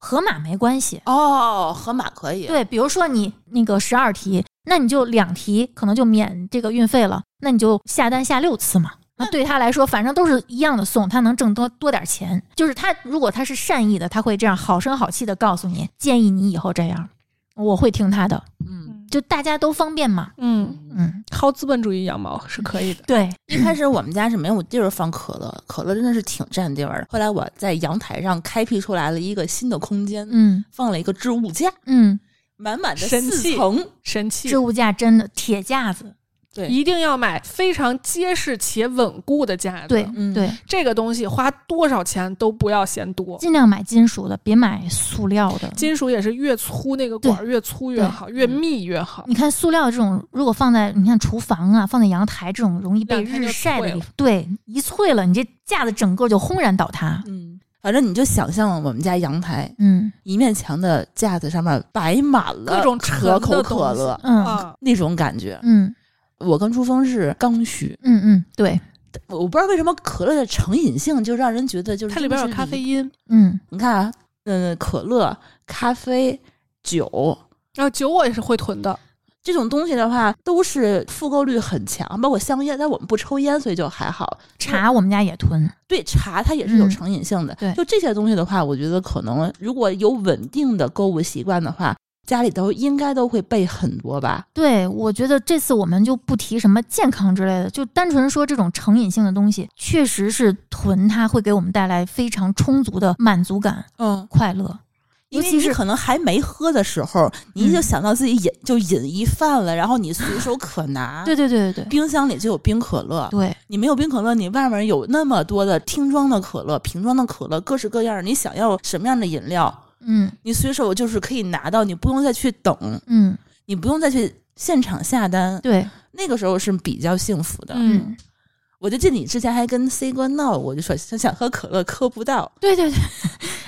河马没关系，哦，盒马可以，对，比如说你那个十二题，那你就两题可能就免这个运费了，那你就下单下六次嘛。”那对他来说，反正都是一样的送，他能挣多多点钱。就是他如果他是善意的，他会这样好声好气的告诉你，建议你以后这样，我会听他的，嗯就大家都方便嘛。嗯，嗯，薅资本主义羊毛是可 以的。对，一开始我们家是没有地儿放可嗯乐，可乐真的是挺占地儿的。后来我在阳台上开辟出来了一个新的空间，嗯放了一个置物架，嗯，满满的神四器层。神器置物架真的铁架子，对一定要买非常结实且稳固的架子。对、嗯对，这个东西花多少钱都不要嫌多。尽量买金属的，别买塑料的。金属也是越粗那个管儿越粗越好，嗯越密越好。你看塑料这种，如果放在你看厨房啊，放在阳台这种容易被两天就日晒的脆地了方，对，一脆了，你这架子整个就轰然倒塌。嗯，反正你就想象我们家阳台嗯一面墙的架子上面摆满了各种沉可的口可乐嗯啊，那种感觉。嗯我跟朱峰是刚需，嗯嗯，对，我我不知道为什么可乐的成瘾性就让人觉得就是它里边有真的是咖啡因。嗯你看啊，嗯，可乐、咖啡、酒。然后酒我也是会囤的，这种东西的话，都是复购率很强，包括香烟，但我们不抽烟，所以就还好。茶我们家也囤。对茶，它也是有嗯成瘾性的。对就这些东西的话，我觉得可能如果有稳定的购物习惯的话，家里头应该都会备很多吧。对，我觉得这次我们就不提什么健康之类的，就单纯说这种成瘾性的东西，确实是囤它会给我们带来非常充足的满足感、嗯，快乐。因尤为其你是可能还没喝的时候，你就嗯想到自己瘾就瘾一犯了，然后你随手可拿。对对对对对冰箱里就有冰可乐，对，你没有冰可乐，你外面有那么多的听装的可乐、瓶装的可乐，各式各样，你想要什么样的饮料，嗯你随手就是可以拿到，你不用再去等，嗯，你不用再去现场下单，对，那个时候是比较幸福的。嗯，我就记得你之前还跟 C 哥闹，我就说想想喝可乐喝不到，对对 对，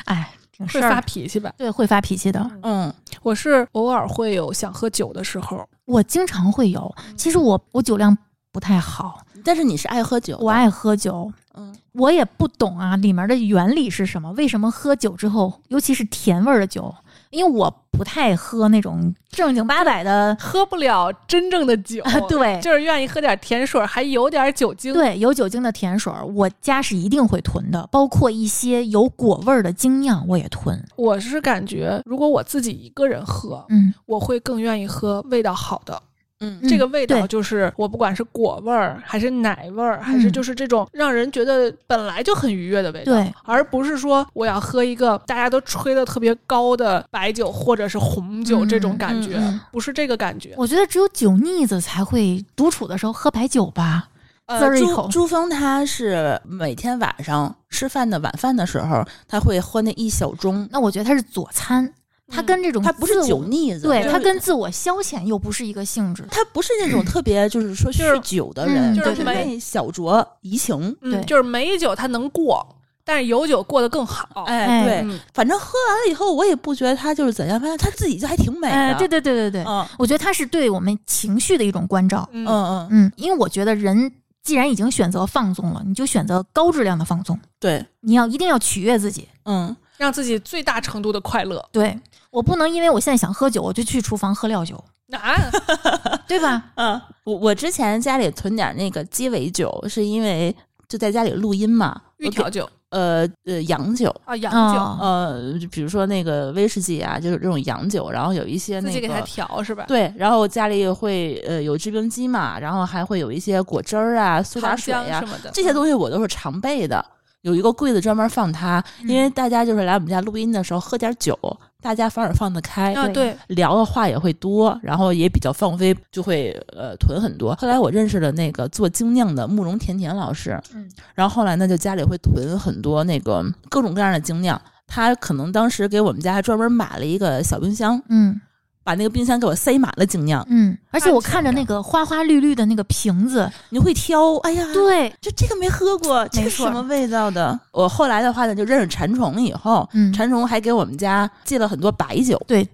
哎，挺事会儿发的，脾气吧。对，会发脾气的。嗯，我是偶尔会有想喝酒的时候，我经常会有，其实我我酒量不太好，但是你是爱喝酒，我，爱喝酒，嗯，我也不懂啊里面的原理是什么，为什么喝酒之后，尤其是甜味儿的酒，因为我不太喝那种正经八百的，，喝不了真正的酒啊对就是愿意喝点甜水儿，还有点酒精。对，有酒精的甜水儿，我家是一定会囤的，包括一些有果味儿的精酿我也囤。我是感觉，如果我自己一个人喝，嗯，我会更愿意喝味道好的。嗯嗯这个味道对就是我不管是果味儿，还是奶味儿，还是嗯就是这种让人觉得本来就很愉悦的味道，对而不是说我要喝一个大家都吹的特别高的白酒或者是红酒嗯这种感觉，嗯嗯不是这个感觉。我觉得只有酒腻子才会独处的时候喝白酒吧。滋呃，儿一朱口朱峰他是每天晚上吃饭的晚饭的时候，他会喝那一小盅，那我觉得它是佐餐，它嗯跟这种他不是自我酒腻子，对就是它跟自我消遣又不是一个性质。他不是那种特别就是说就是酗酒的人，嗯就就是是没那小酌怡情。对嗯，就是美酒它能过，但是有酒过得更好。哎，对，嗯反正喝完了以后，我也不觉得他就是怎样，发现他自己就还挺美的。哎，对对对对对，嗯我觉得它是对我们情绪的一种关照。嗯嗯嗯，嗯，因为我觉得人既然已经选择放纵了，你就选择高质量的放纵，对，你要一定要取悦自己。嗯让自己最大程度的快乐。对我不能因为我现在想喝酒，我就去厨房喝料酒，啊， 对吧？嗯，我我之前家里囤点那个鸡尾酒，是因为就在家里录音嘛，玉我调给 酒呃呃洋酒。啊，洋酒，哦呃，就比如说那个威士忌啊，就是这种洋酒，然后有一些自己那给它个调是吧？对，然后家里会呃有制冰机嘛，然后还会有一些果汁儿啊、苏打糖水浆呀、什么的，嗯这些东西我都是常备的。有一个柜子专门放它，因嗯为大家就是来我们家录音的时候喝点酒，大家反而放得开，啊，对对，聊的话也会多，然后也比较放飞，就会呃囤很多。后来我认识了那个做精酿的慕容甜甜老师，嗯，然后后来呢就家里会囤很多那个各种各样的精酿。他可能当时给我们家还专门买了一个小冰箱，嗯把那个冰箱给我塞满了精酿。嗯，而且我看起来看着那个花花绿绿的那个瓶子，你会挑，哎呀，对，就这个没喝过，这个没错什么味道的？我后来的话呢，就认识馋虫以后，嗯馋虫还给我们家寄了很多白酒，对，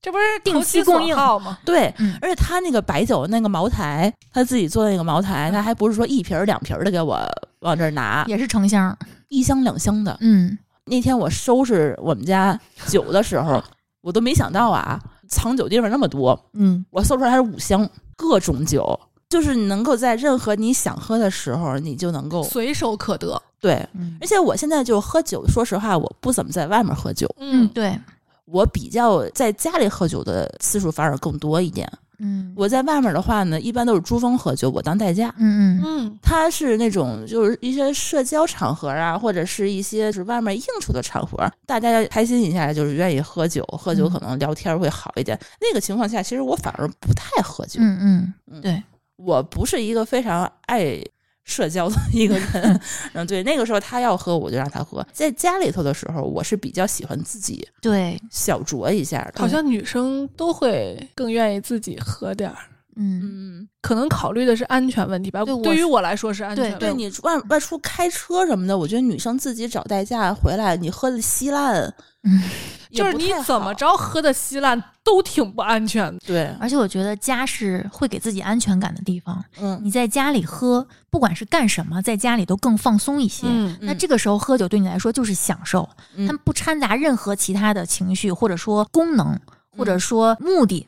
这不是定投期其所供应好吗？对。嗯而且他那个白酒那个茅台，他自己做那个茅台，他还不是说一瓶儿两瓶儿的给我往这儿拿，也是成箱，一箱两箱的。嗯那天我收拾我们家酒的时候，我都没想到啊，藏酒地方那么多。嗯，我搜出来还是五箱，各种酒，就是你能够在任何你想喝的时候，你就能够随手可得，对。嗯而且我现在就喝酒，说实话，我不怎么在外面喝酒，嗯，对，我比较在家里喝酒的次数反而更多一点。嗯我在外面的话呢，一般都是珠峰喝酒，我当代驾。嗯嗯嗯，他是那种就是一些社交场合啊，或者是一些就是外面应酬的场合，大家要开心一下，就是愿意喝酒，喝酒嗯可能聊天会好一点。那个情况下，其实我反而不太喝酒。嗯嗯，我不是一个非常爱社交的一个 人，嗯，对，那个时候他要喝，我就让他喝。在家里头的时候，我是比较喜欢自己对，小酌一下的，好像女生都会更愿意自己喝点儿，嗯嗯，可能考虑的是安全问题吧。对我对于我来说是安全问对题，你外外出开车什么的，我觉得女生自己找代驾回来，你喝的稀烂，嗯，就是你怎么，着喝的稀烂都挺不安全的。对， 而且我觉得家是会给自己安全感的地方。嗯，你在家里喝，不管是干什么，在家里都更放松一些。嗯那这个时候喝酒对你来说就是享受，嗯它不掺杂任何其他的情绪，或者说功能，或者嗯说目的，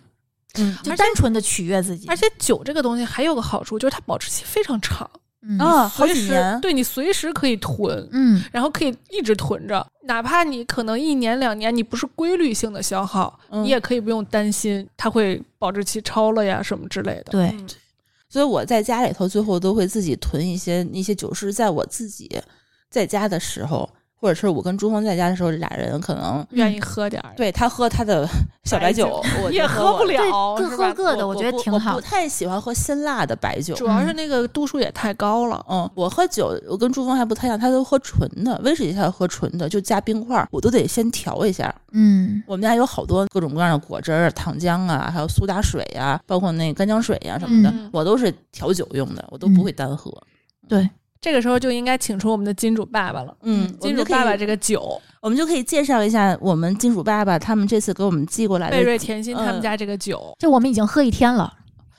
嗯就单纯的取悦自己。而且酒这个东西还有个好处，就是它保质期非常长，嗯，啊，好随几时年，对你随时可以囤，嗯然后可以一直囤着，哪怕你可能一年两年你不是规律性的消耗，嗯你也可以不用担心它会保质期超了呀什么之类的。对嗯，所以我在家里头最后都会自己囤一些那些酒，是在我自己在家的时候，或者是我跟朱峰在家的时候，俩人可能愿意喝点儿，对他喝他的小白酒，我也就喝我不的了，对是各吧喝各的我觉得不挺好我不的太喜欢喝辛辣的白酒。主要是那个度数也太高了。嗯，我喝酒，我跟朱峰还不太一样，他都喝纯的，威士忌他要喝纯的，就加冰块儿，我都得先调一下。嗯我们家有好多各种各样的果汁儿、糖浆啊，还有苏打水啊，包括那干姜水呀、什么的，嗯我都是调酒用的，我都不会单喝。这个时候就应该请出我们的金主爸爸了。嗯，我金们主就可以爸爸这个酒，我们就可以介绍一下我们金主爸爸他们这次给我们寄过来贝瑞的。甜心嗯他们家这个酒，这我们已经喝一天了。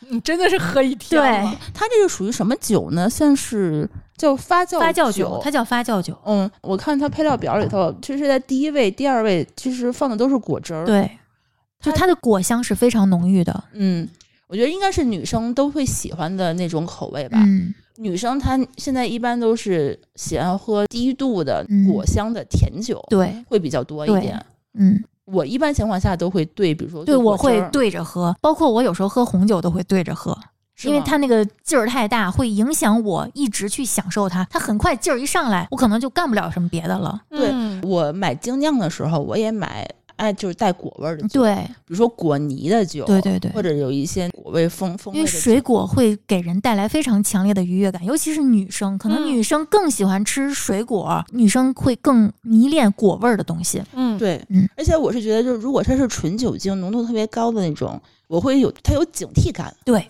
你真的是喝一天了对它这个属于什么酒呢？算是叫发酵发酵酒酒，，它叫发酵酒。嗯，我看它配料表里头，其实在第一位、第二位，其实放的都是果汁儿。，对，就它的果香是非常浓郁的，嗯，我觉得应该是女生都会喜欢的那种口味吧。嗯女生她现在一般都是喜欢喝低度的嗯果香的甜酒，对，会比较多对一点。嗯，我一般情况下都会兑，比如说对，兑我果汁会儿，对着喝，包括我有时候喝红酒都会对着喝，是因为吗它那个劲儿太大，会影响我一直去享受它。它很快劲儿一上来，我可能就干不了什么别的了。对嗯我买精酿的时候，我也买爱就是带果味儿的酒，对比如说果泥的酒，对对对或，者有一些果味风风味因为的酒水果会给人带来非常强烈的愉悦感，尤其是女生，可能嗯女生更喜欢吃水果，女生会更迷恋果味儿的东西。嗯，对，嗯而且我是觉得，就是如果它是纯酒精浓度特别高的那种，我会有它有警惕感，对，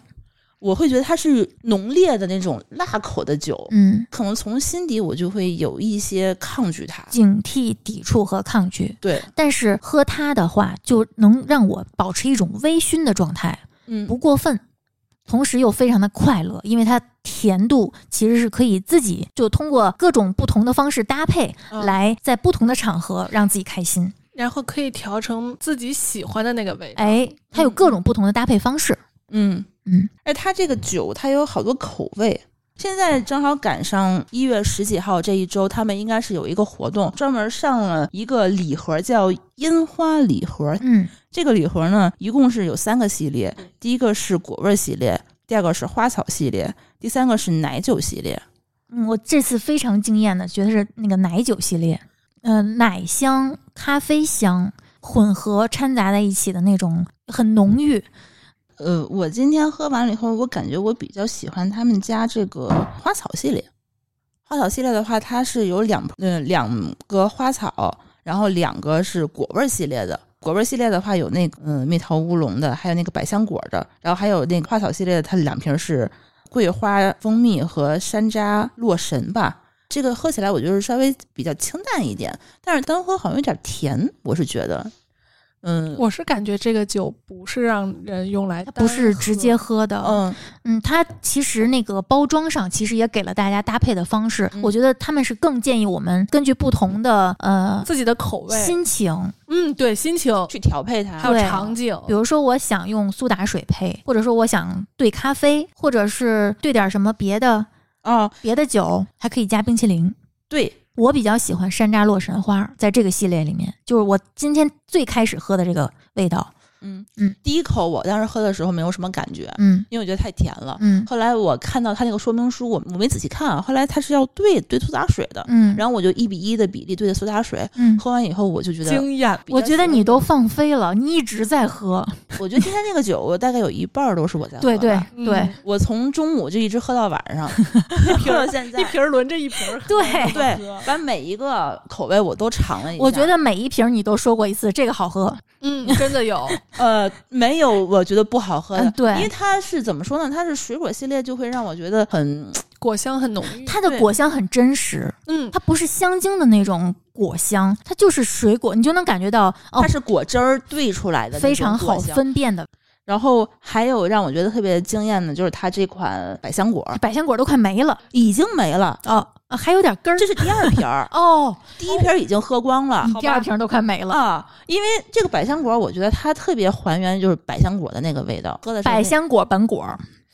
我会觉得它是浓烈的那种辣口的酒，嗯，可能从心底我就会有一些抗拒它。警惕、抵触和抗拒。对，但是喝它的话，就能让我保持一种微醺的状态，嗯不，过分，同时又非常的快乐，因为它甜度其实是可以自己就通过各种不同的方式搭配，嗯来在不同的场合让自己开心。然后可以调成自己喜欢的那个味道。哎，它有各种不同的搭配方式。嗯嗯，而它这个酒它有好多口味。现在正好赶上一月十几号这一周，他们应该是有一个活动，专门上了一个礼盒，叫烟花礼盒。嗯这个礼盒呢，一共是有三个系列，第一个是果味系列，第二个是花草系列，第三个是奶酒系列。嗯，我这次非常惊艳的，觉得是那个奶酒系列，嗯、奶香、咖啡香混合掺杂在一起的那种，很浓郁。呃，我今天喝完了以后，我感觉我比较喜欢他们家这个花草系列。花草系列的话，它是有两呃两个花草，然后两个是果味儿系列的。果味儿系列的话，有那个嗯、蜜桃乌龙的，还有那个百香果的，然后还有那个花草系列的，它两瓶是桂花蜂蜜和山楂洛神吧。这个喝起来我觉得稍微比较清淡一点，但是单喝好像有点甜，我是觉得。嗯，我是感觉这个酒不是让人用来它单喝，不是直接喝的，嗯，嗯，它其实那个包装上其实也给了大家搭配的方式，嗯我觉得他们是更建议我们根据不同的呃自己的口味。心情，哦嗯，对，心情去调配它，还有对场景，比如说我想用苏打水配，或者说我想兑咖啡，或者是兑点什么别的哦，别的酒，还可以加冰淇淋。对，我比较喜欢山楂洛神花，在这个系列里面，就是我今天最开始喝的这个味道。嗯嗯，第一口我当时喝的时候没有什么感觉，嗯因为我觉得太甜了。嗯后来我看到它那个说明书，我我没仔细看啊，后来它是要兑兑苏打水的，嗯，后然后我就一比一的比例兑的苏打水，嗯，喝完以后我就觉得惊艳。比较喜欢，我觉得你都放飞了，你一直在喝。我觉得今天这个酒我大概有一半儿都是我在喝对的，对嗯对，我从中午就一直喝到晚 上，喝到现在一，瓶儿轮着一瓶儿喝，对对，把每一个口味我都尝了一下。哦我觉得每一瓶你都说过一次这个好喝，嗯，真的有，呃，没有，我觉得不好喝的，嗯对因为它是怎么说呢？它是水果系列，就会让我觉得很果香很浓郁。它的对果香很真实，嗯，它不是香精的那种果香，它就是水果，你就能感觉到哦它，是果汁儿兑出来的，非常好。分辨的。然后还有让我觉得特别惊艳的就是它这款百香果百香果都快没了已经没了，哦、啊还有点根儿，这是第二瓶 儿哦，第一瓶儿已经喝光了你。好第二吧瓶都快没了。啊，因为这个百香果，我觉得它特别还原就是百香果的那个味道，喝的时候那百香果本果，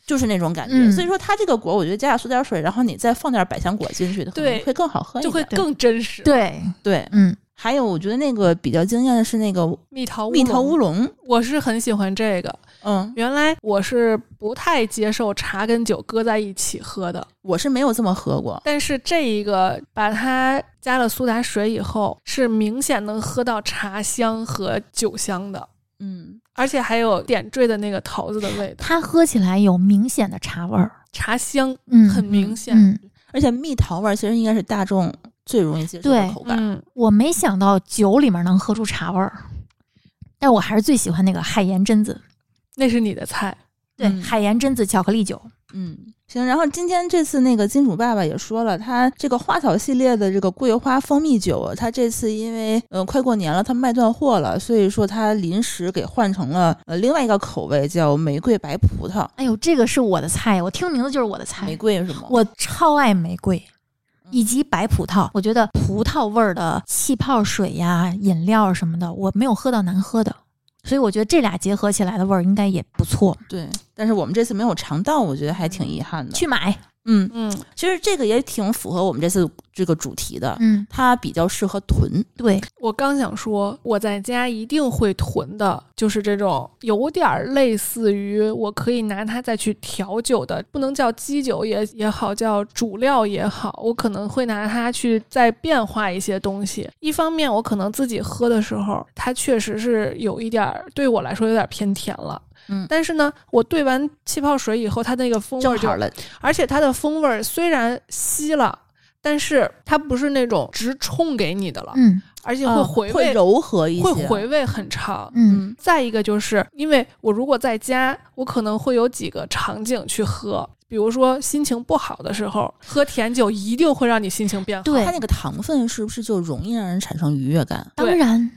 就是那种感觉。嗯所以说它这个果，我觉得加点苏打水，然后你再放点百香果进去，可能对会更好喝一就点。会更真实。，对，对。嗯，还有，我觉得那个比较惊艳的是那个蜜桃蜜桃乌龙，哦龙，我是很喜欢这个。嗯，原来我是不太接受茶跟酒搁在一起喝的，我是没有这么喝过。但是这一个把它加了苏打水以后，是明显能喝到茶香和酒香的，嗯，而且还有点缀的那个桃子的味道，它喝起来有明显的茶味儿，茶香嗯，很明显。嗯，而且蜜桃味儿其实应该是大众最容易接受的对口感。嗯，我没想到酒里面能喝出茶味儿，但我还是最喜欢那个海盐榛子，那是你的菜，对，嗯海盐榛子巧克力酒，嗯，行。然后今天这次那个金主爸爸也说了，他这个花草系列的这个桂花蜂蜜酒啊，他这次因为呃快过年了，他卖断货了，所以说他临时给换成了呃另外一个口味，叫玫瑰白葡萄。哎呦，这个是我的菜，我听名字就是我的菜，玫瑰是吗？我超爱玫瑰，嗯以及白葡萄。我觉得葡萄味儿的气泡水呀、饮料什么的，我没有喝到难喝的。所以我觉得这俩结合起来的味儿应该也不错。对，但是我们这次没有尝到，我觉得还挺遗憾的。去买，嗯，嗯，其实这个也挺符合我们这次这个主题的，嗯，它比较适合囤。对，我刚想说，我在家一定会囤的，就是这种有点儿类似于我可以拿它再去调酒的，不能叫基酒也也好，叫主料也好，我可能会拿它去再变化一些东西。一方面，我可能自己喝的时候，它确实是有一点儿对我来说有点儿偏甜了。嗯但是呢，我兑完气泡水以后，它那个风味正儿就好了，而且它的风味儿虽然稀了，但是它不是那种直冲给你的了，嗯而且会嗯回会味，柔和一些，啊会回味很长。嗯再一个就是，因为我如果在家，我可能会有几个场景去喝，比如说心情不好的时候，喝甜酒一定会让你心情变好。对它那个糖分是不是就容易让人产生愉悦感？当然，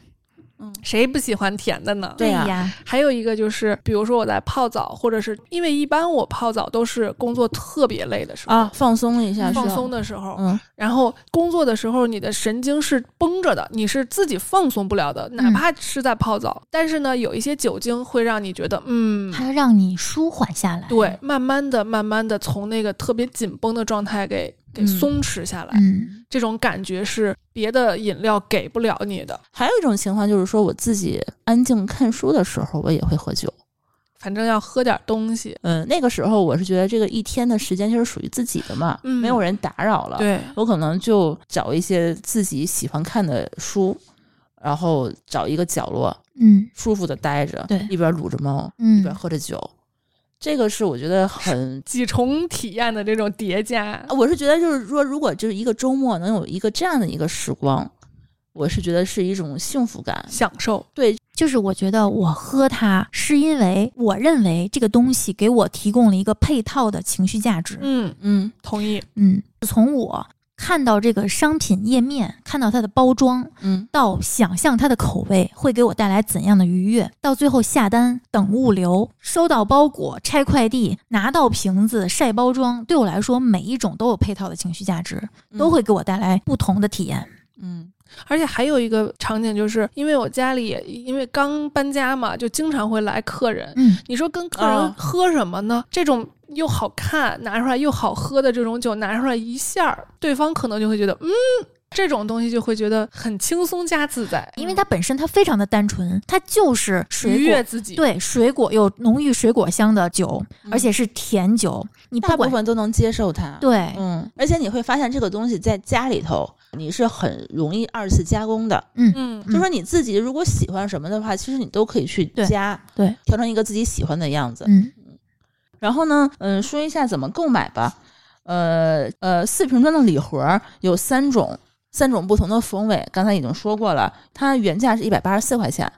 嗯，谁不喜欢甜的呢？对呀呀，啊还有一个就是，比如说我在泡澡，或者是因为一般我泡澡都是工作特别累的时候啊，放松一下，放松的，的时候，嗯，然后工作的时候，你的神经是绷着的，你是自己放松不了的，嗯哪怕是在泡澡。但是呢，有一些酒精会让你觉得，嗯，它让你舒缓下来。对，，慢慢的、慢慢的从那个特别紧绷的状态给给嗯松弛下来，嗯这种感觉是别的饮料给不了你的。还有一种情况就是说，我自己安静看书的时候，我也会喝酒。反正要喝点东西，嗯，那个时候我是觉得这个一天的时间就是属于自己的嘛，嗯没有人打扰了。，对，我可能就找一些自己喜欢看的书，然后找一个角落嗯舒服的待着，对一边撸着猫，一嗯，边喝着酒。这个是我觉得很，几重体验的这种叠加，我是觉得就是说，如果就是一个周末能有一个这样的一个时光，我是觉得是一种幸福感。享受。就是我觉得我喝它是因为我认为这个东西给我提供了一个配套的情绪价值。嗯，嗯，同意。嗯，从我看到这个商品页面，看到它的包装，嗯，到想象它的口味会给我带来怎样的愉悦，到最后下单、等物流、收到包裹、拆快递、拿到瓶子、晒包装，对我来说，每一种都有配套的情绪价值，都会给我带来不同的体验。嗯，而且还有一个场景，就是因为我家里也因为刚搬家嘛，就经常会来客人。嗯你说跟客人啊喝什么呢？这种又好看、拿出来又好喝的这种酒，拿出来一下儿，对方可能就会觉得，嗯，这种东西就会觉得很轻松加自在，因为它本身它非常的单纯，它就是愉水悦果。自己。对，水果有浓郁水果香的酒，嗯而且是甜酒。你大不部管分都能接受它。对，嗯，而且你会发现这个东西在家里头，你是很容易二次加工的。嗯，嗯就说你自己如果喜欢什么的话，其实你都可以去对加，对调成一个自己喜欢的样子。嗯然后呢，嗯，说一下怎么购买吧。呃呃，四瓶装的礼盒儿有三种，三种不同的风味，刚才已经说过了，它原价是一百八十四块钱。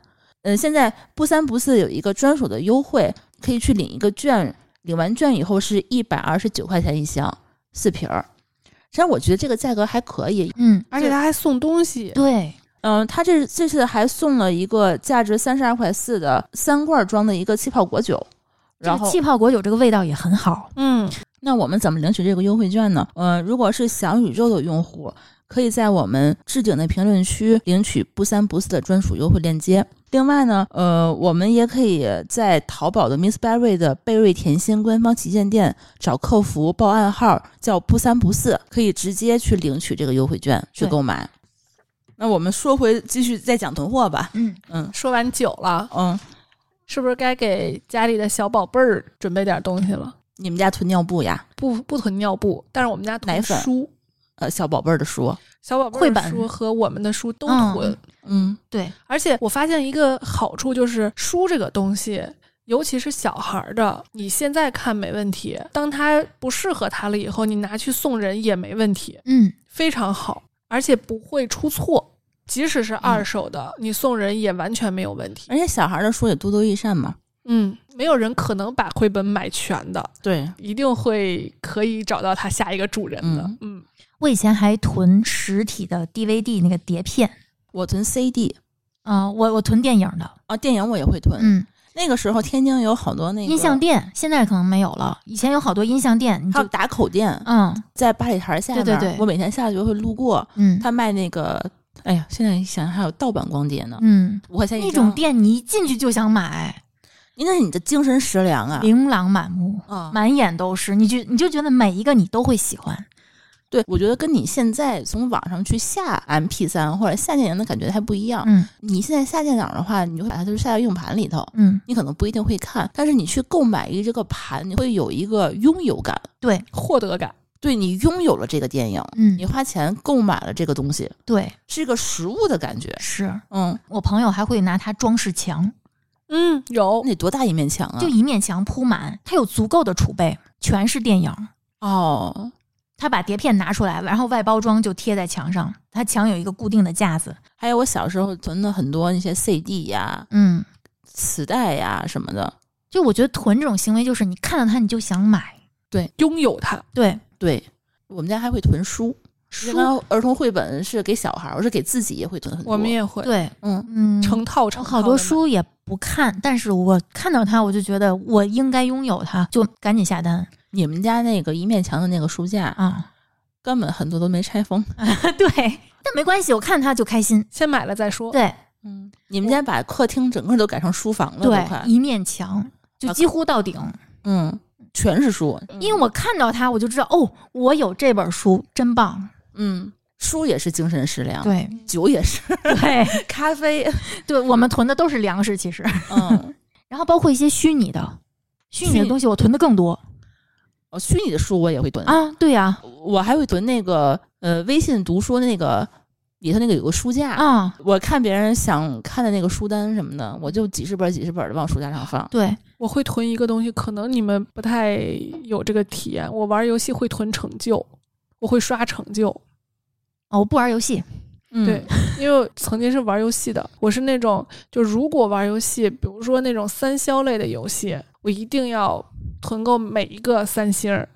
嗯，现在不三不四有一个专属的优惠，可以去领一个券，领完券以后是一百二十九块钱一箱，四瓶儿。其实我觉得这个价格还可以，嗯，而且他还送东西，对，嗯，他这这次还送了一个价值三十二块四的三罐装的一个气泡果酒，这然个后气泡果酒这个味道也很好。嗯，那我们怎么领取这个优惠券呢？呃，如果是小宇宙的用户，可以在我们置顶的评论区领取不三不四的专属优惠链接。另外呢，呃，我们也可以在淘宝的 Miss Berry 的贝瑞甜心官方旗舰店找客服报暗号叫“不三不四”，可以直接去领取这个优惠券去对购买。那我们说回继续再讲囤货吧。嗯，嗯说完酒了，嗯，是不是该给家里的小宝贝儿准备点东西了？你们家囤尿布呀？不不囤尿布，但是我们家囤奶粉书，呃，小宝贝儿的书。小宝贝绘儿的本书和我们的书都嗯囤。嗯对，而且我发现一个好处就是书这个东西。尤其是小孩儿的，你现在看没问题，当他不适合他了以后，你拿去送人也没问题，嗯非常好，而且不会出错。即使是嗯二手的，你送人也完全没有问题。而且小孩儿的书也多多益善嘛。嗯，没有人可能把绘本买全的，对，一定会可以找到他下一个主人的。嗯嗯我以前还囤实体的 DVD 那个碟片，我囤 CD 啊、我我囤电影的，啊，电影我也会囤。嗯，那个时候天津有好多那个音像，店现在可能没有了，以前有好多音像店，你还就有打口店，嗯在八里台下面。对对对我每天下去会路过，嗯，他卖那个哎呀，现在一想还有盗版光碟呢，嗯，五块钱一那张种，店你一进去就想买，那是你的精神食粮啊！琳琅满目，啊，满眼都是，你就你就觉得每一个你都会喜欢。对，我觉得跟你现在从网上去下 MP 三或者下电影的感觉还不一样。嗯你现在下电脑的话，你就会把它就是下到硬盘里头，嗯，你可能不一定会看，但是你去购买一个这个盘，你会有一个拥有感，对，获得感。对你拥有了这个电影，嗯你花钱购买了这个东西，对，是一个实物的感觉。是嗯，我朋友还会拿它装饰墙，嗯，有那得多大一面墙啊？就一面墙铺满，他有足够的储备，全是电影。哦，他把碟片拿出来，然后外包装就贴在墙上。他墙有一个固定的架子，还有我小时候囤的很多那些 CD 呀、嗯，磁带呀、什么的。就我觉得囤这种行为就是你看到它你就想买，拥有它，对，对我们家还会囤书，一书，般儿童绘本是给小孩儿，我是给自己也会囤很多。我们也会对，嗯，嗯，成套成我套好地多买书也不看，但是我看到它我就觉得我应该拥有它，就赶紧下单你们家那个一面墙的那个书架，啊。根本很多都没拆封。对，但没关系，我看它就开心。先买了再说。对嗯，你们家把客厅整个都改成书房了，都对，快。一面墙就几乎到顶，嗯，全是书。因为我看到它我就知道哦，我有这本书，真棒。嗯，书也是精神食粮，对酒也 是，对咖啡。对，我们囤的都是粮食，其实。嗯，然后包括一些虚拟的，虚虚拟的拟嗯东西我囤的更多我哦虚拟的书我也会囤，啊，对呀、我还会囤那个呃微信读书的那个里头那个有个书架。啊，啊，我看别人想看的那个书单什么的，我就几十本儿几十本的往书架上放。对，我会囤一个东西，可能你们不太有这个体验。我玩游戏会囤成就，我会刷成就，哦，我不玩游戏，嗯对，因为我曾经是玩游戏的，我是那种就如果玩游戏，比如说那种三消类的游戏，我一定要囤够每一个三星儿。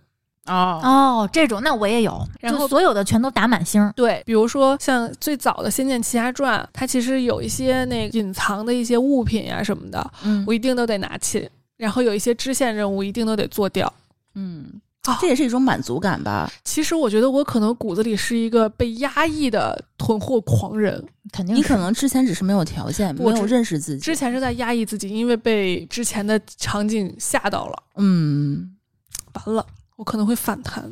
哦，哦，这种那我也有，然后就所有的全都打满星，对，比如说像最早的《仙剑奇侠传》，它其实有一些那个隐藏的一些物品呀、什么的，嗯我一定都得拿去。然后有一些支线任务一定都得做掉。嗯啊，这也是一种满足感吧？其实我觉得我可能骨子里是一个被压抑的囤货狂人，肯定你是可能之前只是没有条件，没我有之认识自己之。前是在压抑自己，因为被之前的场景吓到了。嗯，完了，我可能会反弹。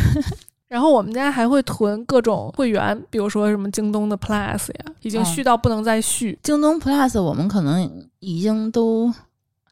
然后我们家还会囤各种会员，比如说什么京东的 Plus 呀，已经嗯续到不能再续。京东 Plus 我们可能已经都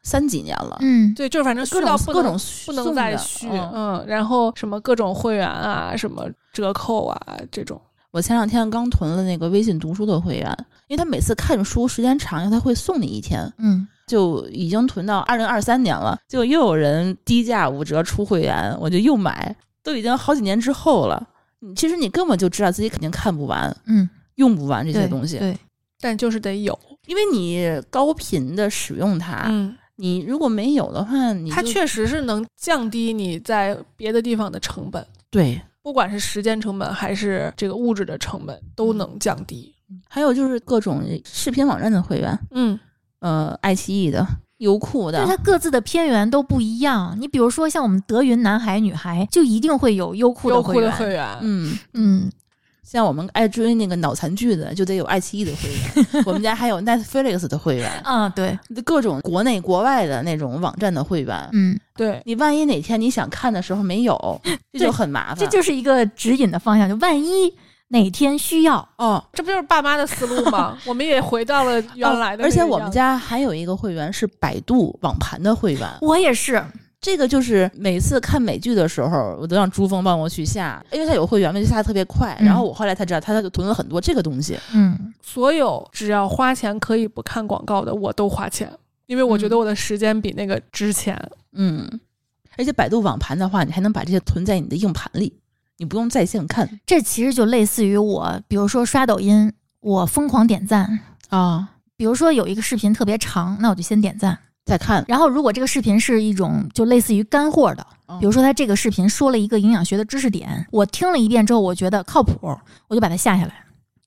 三几年了，嗯，对，就是反正续各到种不各能种不不能再续。嗯嗯，然后什么各种会员啊，什么折扣啊这种。我前两天刚囤了那个微信读书的会员，因为他每次看书时间长了，他会送你一天，嗯，就已经囤到二零二三年了。就又有人低价五折出会员，我就又买，都已经好几年之后了。你其实你根本就知道自己肯定看不完，嗯，用不完这这些东西，对，但就是得有，因为你高频的使用它，嗯，你如果没有的话，你它就确实是能降低你在别的地方的成本，对。不管是时间成本还是这个物质的成本都能降低。还有就是各种视频网站的会员，嗯，呃，爱奇艺的、优酷就是它的，各自的片源都不一样。你比如说像我们德云男孩、女孩，就一定会有优酷优的酷会的员，会员，嗯。嗯，像我们爱追那个脑残剧的，就得有爱奇艺的 会员。我们家还有 Netflix 的会员，啊，对，各种国内国外的那种网站的会员。嗯，对，你万一哪天你想看的时候没有，这就很麻烦。这就是一个指引的方向，就万一哪天需要，哦，这不就是爸妈的思路吗？我们也回到了原来的那个样子、哦而且我们家还有一个会员是百度网盘的会员，我也是，这个就是每次看美剧的时候，我都让珠峰帮我去下，因为他有会员嘛，就下得特别快。嗯然后我后来才知道，他就囤了很多这个东西。嗯，所有只要花钱可以不看广告的，我都花钱，因为我觉得我的时间比那个值钱。嗯，而且百度网盘的话，你还能把这些囤在你的硬盘里，你不用在线看这其实就类似于我，比如说刷抖音，我疯狂点赞，啊、哦比如说有一个视频特别长，那我就先点赞。再看。然后如果这个视频是一种就类似于干货的，比如说他这个视频说了一个营养学的知识点，我听了一遍之后我觉得靠谱，我就把它下下来。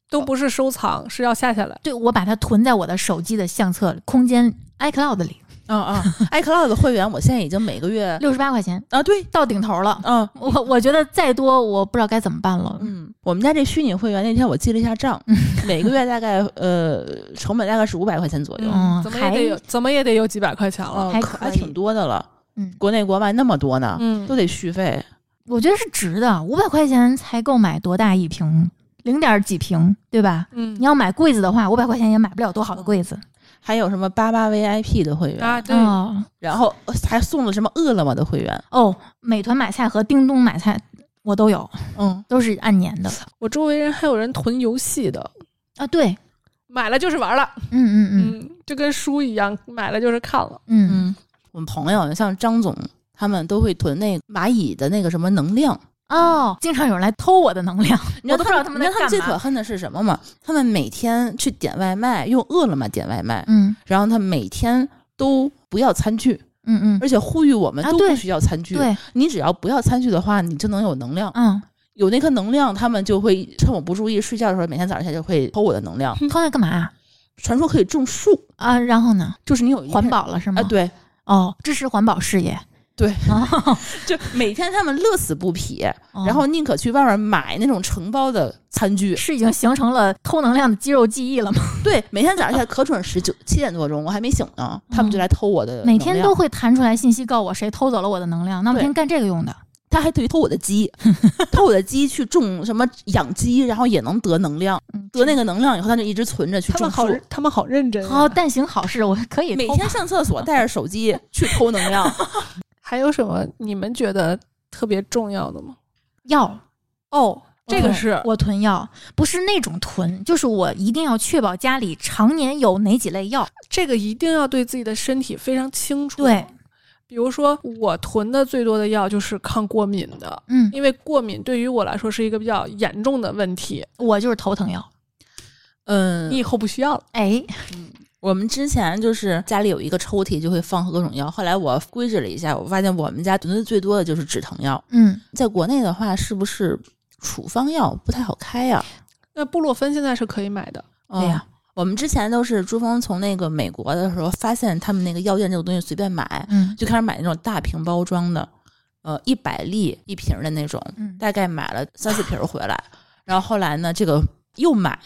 都不是收藏，是要下下来。对，我把它囤在我的手机的相册里空间 iCloud 里，啊啊 ，iCloud 的会员我现在已经每个月六十八块钱嗯啊，对，到顶头了。啊，我我觉得再多我不知道该怎么办了。嗯，我们家这虚拟会员那天我记了一下账，嗯 每个月大概呃成本大概是五百块钱左右，嗯怎么也得有，怎么也得有几百块钱了。呃还可还可以挺多的了。嗯国内国外那么多呢，嗯都得续费。我觉得是值的，五百块钱才够买多大一瓶，零点几瓶，对吧？嗯你要买柜子的话，五百块钱也买不了多好的柜子。还有什么八八 VIP 的会员，啊，对，哦然后呃还送了什么饿了么的会员，哦，美团买菜和叮咚买菜我都有，嗯，都是按年的我周围人还有人囤游戏的，啊。对，买了就是玩了，嗯嗯嗯，就跟书一样，买了就是看了。嗯嗯嗯，我们朋友像张总他们都会囤那个蚂蚁的那个什么能量，哦，经常有人来偷我的能 量，你知我都不知道他们你在知道他们最干可嘛。恨的是什么吗？他们每天去点外卖，用饿了么点外卖，嗯然后他每天都不要餐具，嗯嗯，而且呼吁我们啊都对不需要餐具。对，你只要不要餐具的话，你就能有能量，嗯，有那颗能量，他们就会趁我不注意睡觉的时候，每天早上起来就会偷我的能量。偷那干嘛传说可以种树，啊？然后呢？就是你有一片环保了是吗？啊，，对，哦，支持环保事业。对哦，就每天他们乐此不疲。哦然后宁可去外面买那种承包的餐具。是已经形成了偷能量的肌肉记忆了吗？对，每天早上起来可准时九七点多钟，我还没醒呢，他们就来偷我的呃能量。哦每天都会弹出来信息告我谁偷走了我的能量，那每天干这个用的。他还对偷我的 鸡，偷我的鸡去种什么养鸡，然后也能得能量，嗯，得那个能量以后他就一直存着去他们种好树。，他们好认真、啊好，哦但行好事，我可以每偷天上厕所带着手机去偷能量，还有什么你们觉得特别重要的吗？药。哦，这个是我囤药，不是那种囤，就是我一定要确保家里常年有哪几类药。这个一定要对自己的身体非常清楚。对，比如说我囤的最多的药就是抗过敏的，嗯，因为过敏对于我来说是一个比较严重的问题，我就是头疼药。你 嗯，以后不需要了。哎，我们之前就是家里有一个抽屉，就会放各种药。后来我规制了一下，我发现我们家囤的最多的就是止疼药。嗯，在国内的话，是不是处方药不太好开呀、哎那布洛芬现在是可以买的，嗯对呀我们之前都是珠峰从那个美国的时候，发现他们那个药店这种东西随便买，嗯就开始买那种大瓶包装的，呃，一百粒一瓶的那种，嗯大概买了三四瓶儿回来。然后后来呢，这个又买，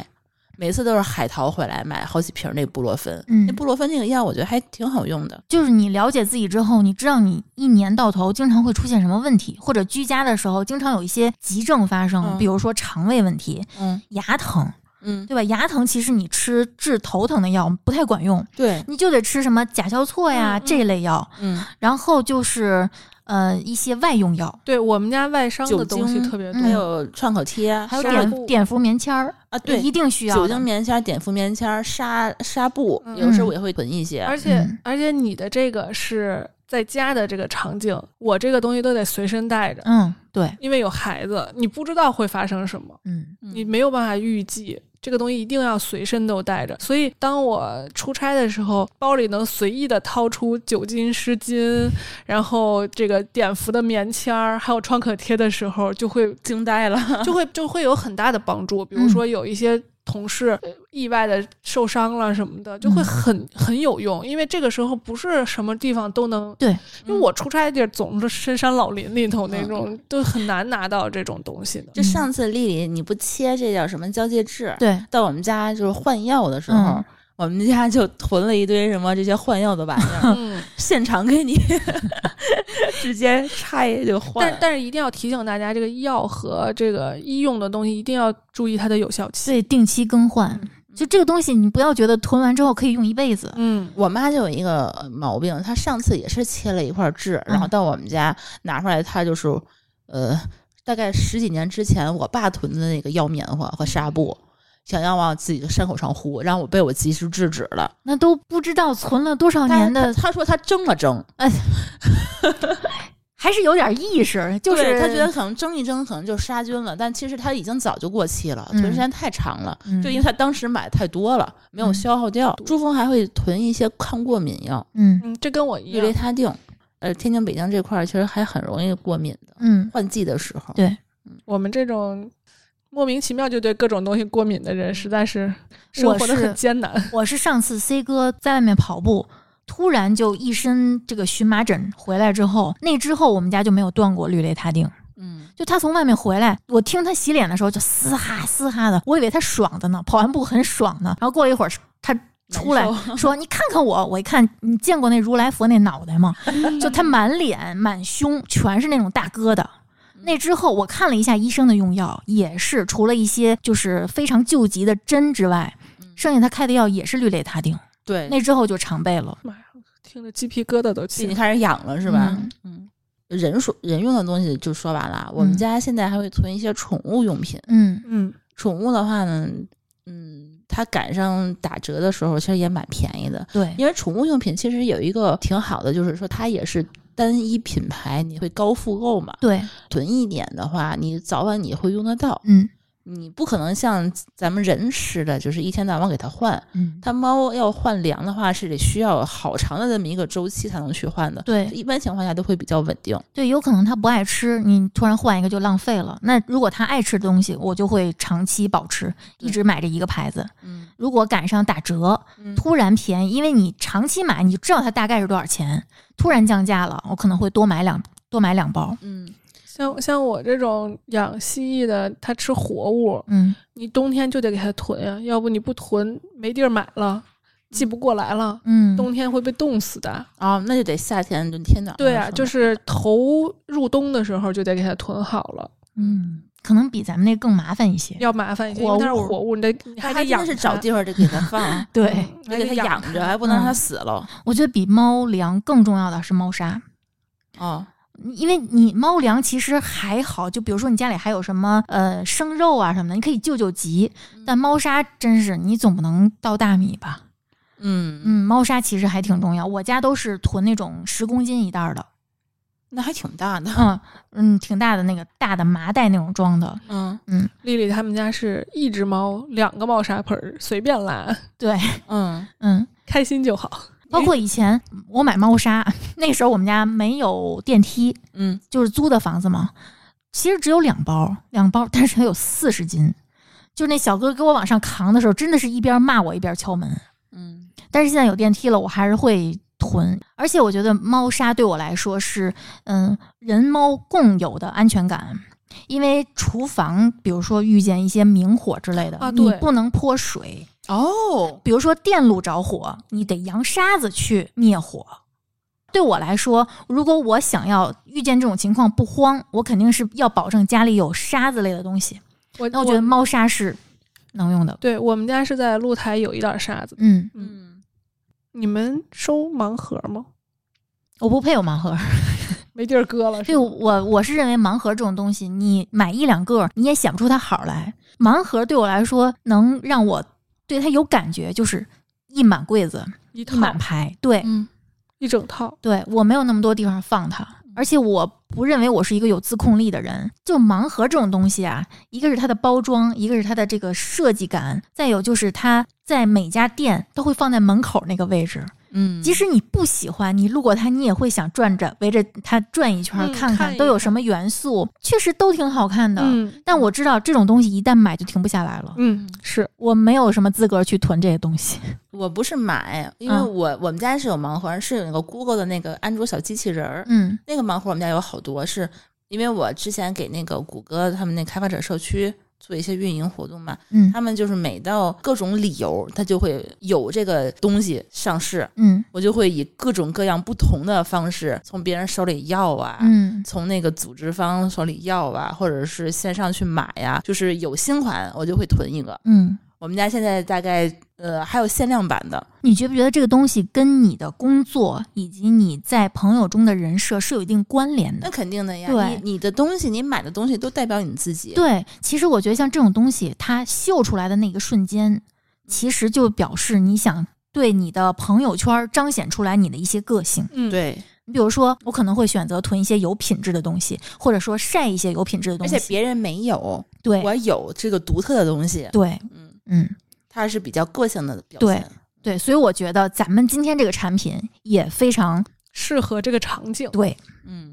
每次都是海淘回来买好几瓶儿那布洛芬。嗯那布洛芬那个药我觉得还挺好用的。就是你了解自己之后，你知道你一年到头经常会出现什么问题，或者居家的时候经常有一些急症发生，嗯比如说肠胃问题、嗯牙疼，嗯，对吧？牙疼其实你吃治头疼的药不太管用，对，你就得吃什么甲硝唑呀、嗯嗯这类药，嗯，然后就是呃一些外用药，对我们家外伤酒的东西精特别多，嗯还有创可贴，还有纱碘布碘伏棉签儿，啊，这对，一定需要酒的精棉签儿、碘伏棉签儿、纱纱布，嗯有时候我也会囤一些。而且、嗯而且你的这个是在家的这个场景，我这个东西都得随身带着，嗯，对，因为有孩子，你不知道会发生什么，嗯嗯你没有办法预计。这个东西一定要随身都带着，所以当我出差的时候，包里能随意的掏出酒精、湿巾，然后这个碘伏的棉签儿，还有创可贴的时候，就会惊呆了，就会就会有很大的帮助。比如嗯说有一些同事呃意外的受伤了什么的，嗯就会很很有用，因为这个时候不是什么地方都能。对，因为我出差的地儿总是深山老林里头那种，都很难拿到这种东嗯西的。就上次丽丽，你不切这叫什么交界痣？对，到我们家就是换药的时候，嗯我们家就囤了一堆什么这些换药的玩 意儿，嗯，现场给你直接拆就换但。但是一定要提醒大家，这个药和这个医用的东西一定要注意它的有效期。所以定期更换。就这个东西，你不要觉得囤完之后可以用一辈子，嗯，我妈就有一个呃毛病，她上次也是切了一块痣，然嗯后到我们家拿出来，她就是呃，大概十几年之前我爸囤的那个药棉花和纱布，想要往自己的伤口上糊，然后我被我及时制止了。那都不知道存了多少年的但是她她说她蒸了蒸，还是有点意识，就对是他觉得可能蒸一蒸可能就杀菌了，但其实它已经早就过期了，嗯囤时间太长了，嗯就因为他当时买太多了，没有消耗掉。珠峰还会囤一些抗过敏药，嗯嗯，这跟我一氯样雷。他定。呃，天津、北京这块儿其实还很容易过敏的，嗯，换季的时候。对我们这种莫名其妙就对各种东西过敏的人，实在是生活嗯的我是很艰难。我是上次 C 哥在外面跑步，突然就一身这个荨麻疹回来之后，那之后我们家就没有断过氯雷他定，嗯，就他从外面回来，我听他洗脸的时候就嘶哈嘶哈的，我以为他爽的呢，跑完步很爽呢。然后过了一会儿，他出来难 说：“你看看我。”我一看，你见过那如来佛那脑袋吗？就他满脸满胸全是那种大疙瘩。那之后，我看了一下医生的用药，也是除了一些就是非常救急的针之外，剩下他开的药也是氯雷他定。对，那之后就常备了，妈呀，听着鸡皮疙瘩都已起经了。开始痒了是吧？嗯嗯，人说人用的东西就说完了，我们嗯家现在还会囤一些宠物用品。嗯嗯，宠物的话呢，嗯，它赶上打折的时候，其实也蛮便宜的。对，因为宠物用品其实有一个挺好的，就是说它也是单一品牌，你会高复购嘛。对，囤一点的话，你早晚你会用得到。嗯你不可能像咱们人似的，就是一天到晚给它换。嗯，它猫要换粮的话，是得需要好长的这么一个周期才能去换的。对一般情况下都会比较稳定。对，有可能他不爱吃，你突然换一个就浪费了。那如果他爱吃的东西，我就会长期保持，一直买这一个牌子。嗯，如果赶上打折，突然便宜，因为你长期买，你就知道它大概是多少钱。突然降价了，我可能会多买两多买两包。嗯，像像我这种养蜥蜴的，它吃活物，嗯，你冬天就得给它囤呀，要不你不囤没地儿买了，寄不过来了，嗯，冬天会被冻死的。哦，那就得夏天就天暖和的对时啊，候就是头入冬的时候就得给它囤好了，嗯，可能比咱们那更麻烦一些。要麻烦一些，因哎活为物它是活物，你得你还它得还养真它，是找地方得给它放，对，得还给得它养养着，啊还不能让它嗯死了。我觉得比猫粮更重要的是猫砂，哦，因为你猫粮其实还好，就比如说你家里还有什么呃生肉啊什么的，你可以救救急。但猫砂真是你总不能倒大米吧？嗯嗯，嗯，猫砂其实还挺重要。我家都是囤那种十公斤一袋儿的，那还挺大的。嗯嗯，挺大的那个大的麻袋那种装的。嗯丽丽他们家是一只猫，两个猫砂盆儿，随便拉，对，嗯，嗯，开心就好。包括以前我买猫砂，那时候我们家没有电梯，嗯，就是租的房子嘛，其实只有两包，两包，但是它有四十斤。就是那小哥给我往上扛的时候，真的是一边骂我一边敲门。嗯，但是现在有电梯了，我还是会囤。而且我觉得猫砂对我来说是，嗯，人猫共有的安全感。因为厨房，比如说遇见一些明火之类的，啊你对不能泼水，哦，比如说电路着火，你得扬沙子去灭火。对我来说，如果我想要遇见这种情况不慌，我肯定是要保证家里有沙子类的东西。我那我觉得猫砂是能用的。对我们家是在露台有一袋沙子，嗯，嗯，你们收盲盒吗？我不配有盲盒。没地儿搁了，对是吗我，我是认为盲盒这种东西，你买一两个，你也想不出它好来。盲盒对我来说，能让我对它有感觉，就是一满柜子，一一套满排。对，嗯一整套，对我没有那么多地方放它，嗯而且我不认为我是一个有自控力的人。就盲盒这种东西啊，一个是它的包装，一个是它的这个设计感，再有就是它在每家店都会放在门口那个位置，嗯，即使你不喜欢，你路过它，你也会想转着围着它转一圈，嗯看看一都有看什么元素，确实都挺好看的。嗯但我知道这种东西一旦买就停不下来了，嗯是，我没有什么资格去囤这些东西。我不是买，因为嗯我我们家是有盲盒，是有那个 Google 的那个安卓小机器人儿，嗯那个盲盒我们家有好多，是因为我之前给那个谷歌他们那开发者社区。做一些运营活动嘛，嗯他们就是每到各种理由，他就会有这个东西上市，嗯我就会以各种各样不同的方式从别人手里要啊，嗯从那个组织方手里要啊，或者是线上去买呀，就是有新款我就会囤一个。嗯，我们家现在大概呃还有限量版的，你觉不觉得这个东西跟你的工作以及你在朋友中的人设是有一定关联那的？肯定的呀。对你你的东西，你买的东西都代表你自己。对，其实我觉得像这种东西，它秀出来的那个瞬间，其实就表示你想对你的朋友圈彰显出来你的一些个性。嗯，对，你比如说，我可能会选择囤一些有品质的东西，或者说晒一些有品质的东而西。且别人没有，对我有这个独特的东西，对，嗯，嗯它是比较个性的表对现。对，所以我觉得咱们今天这个产品也非常适合这个场景。对，嗯，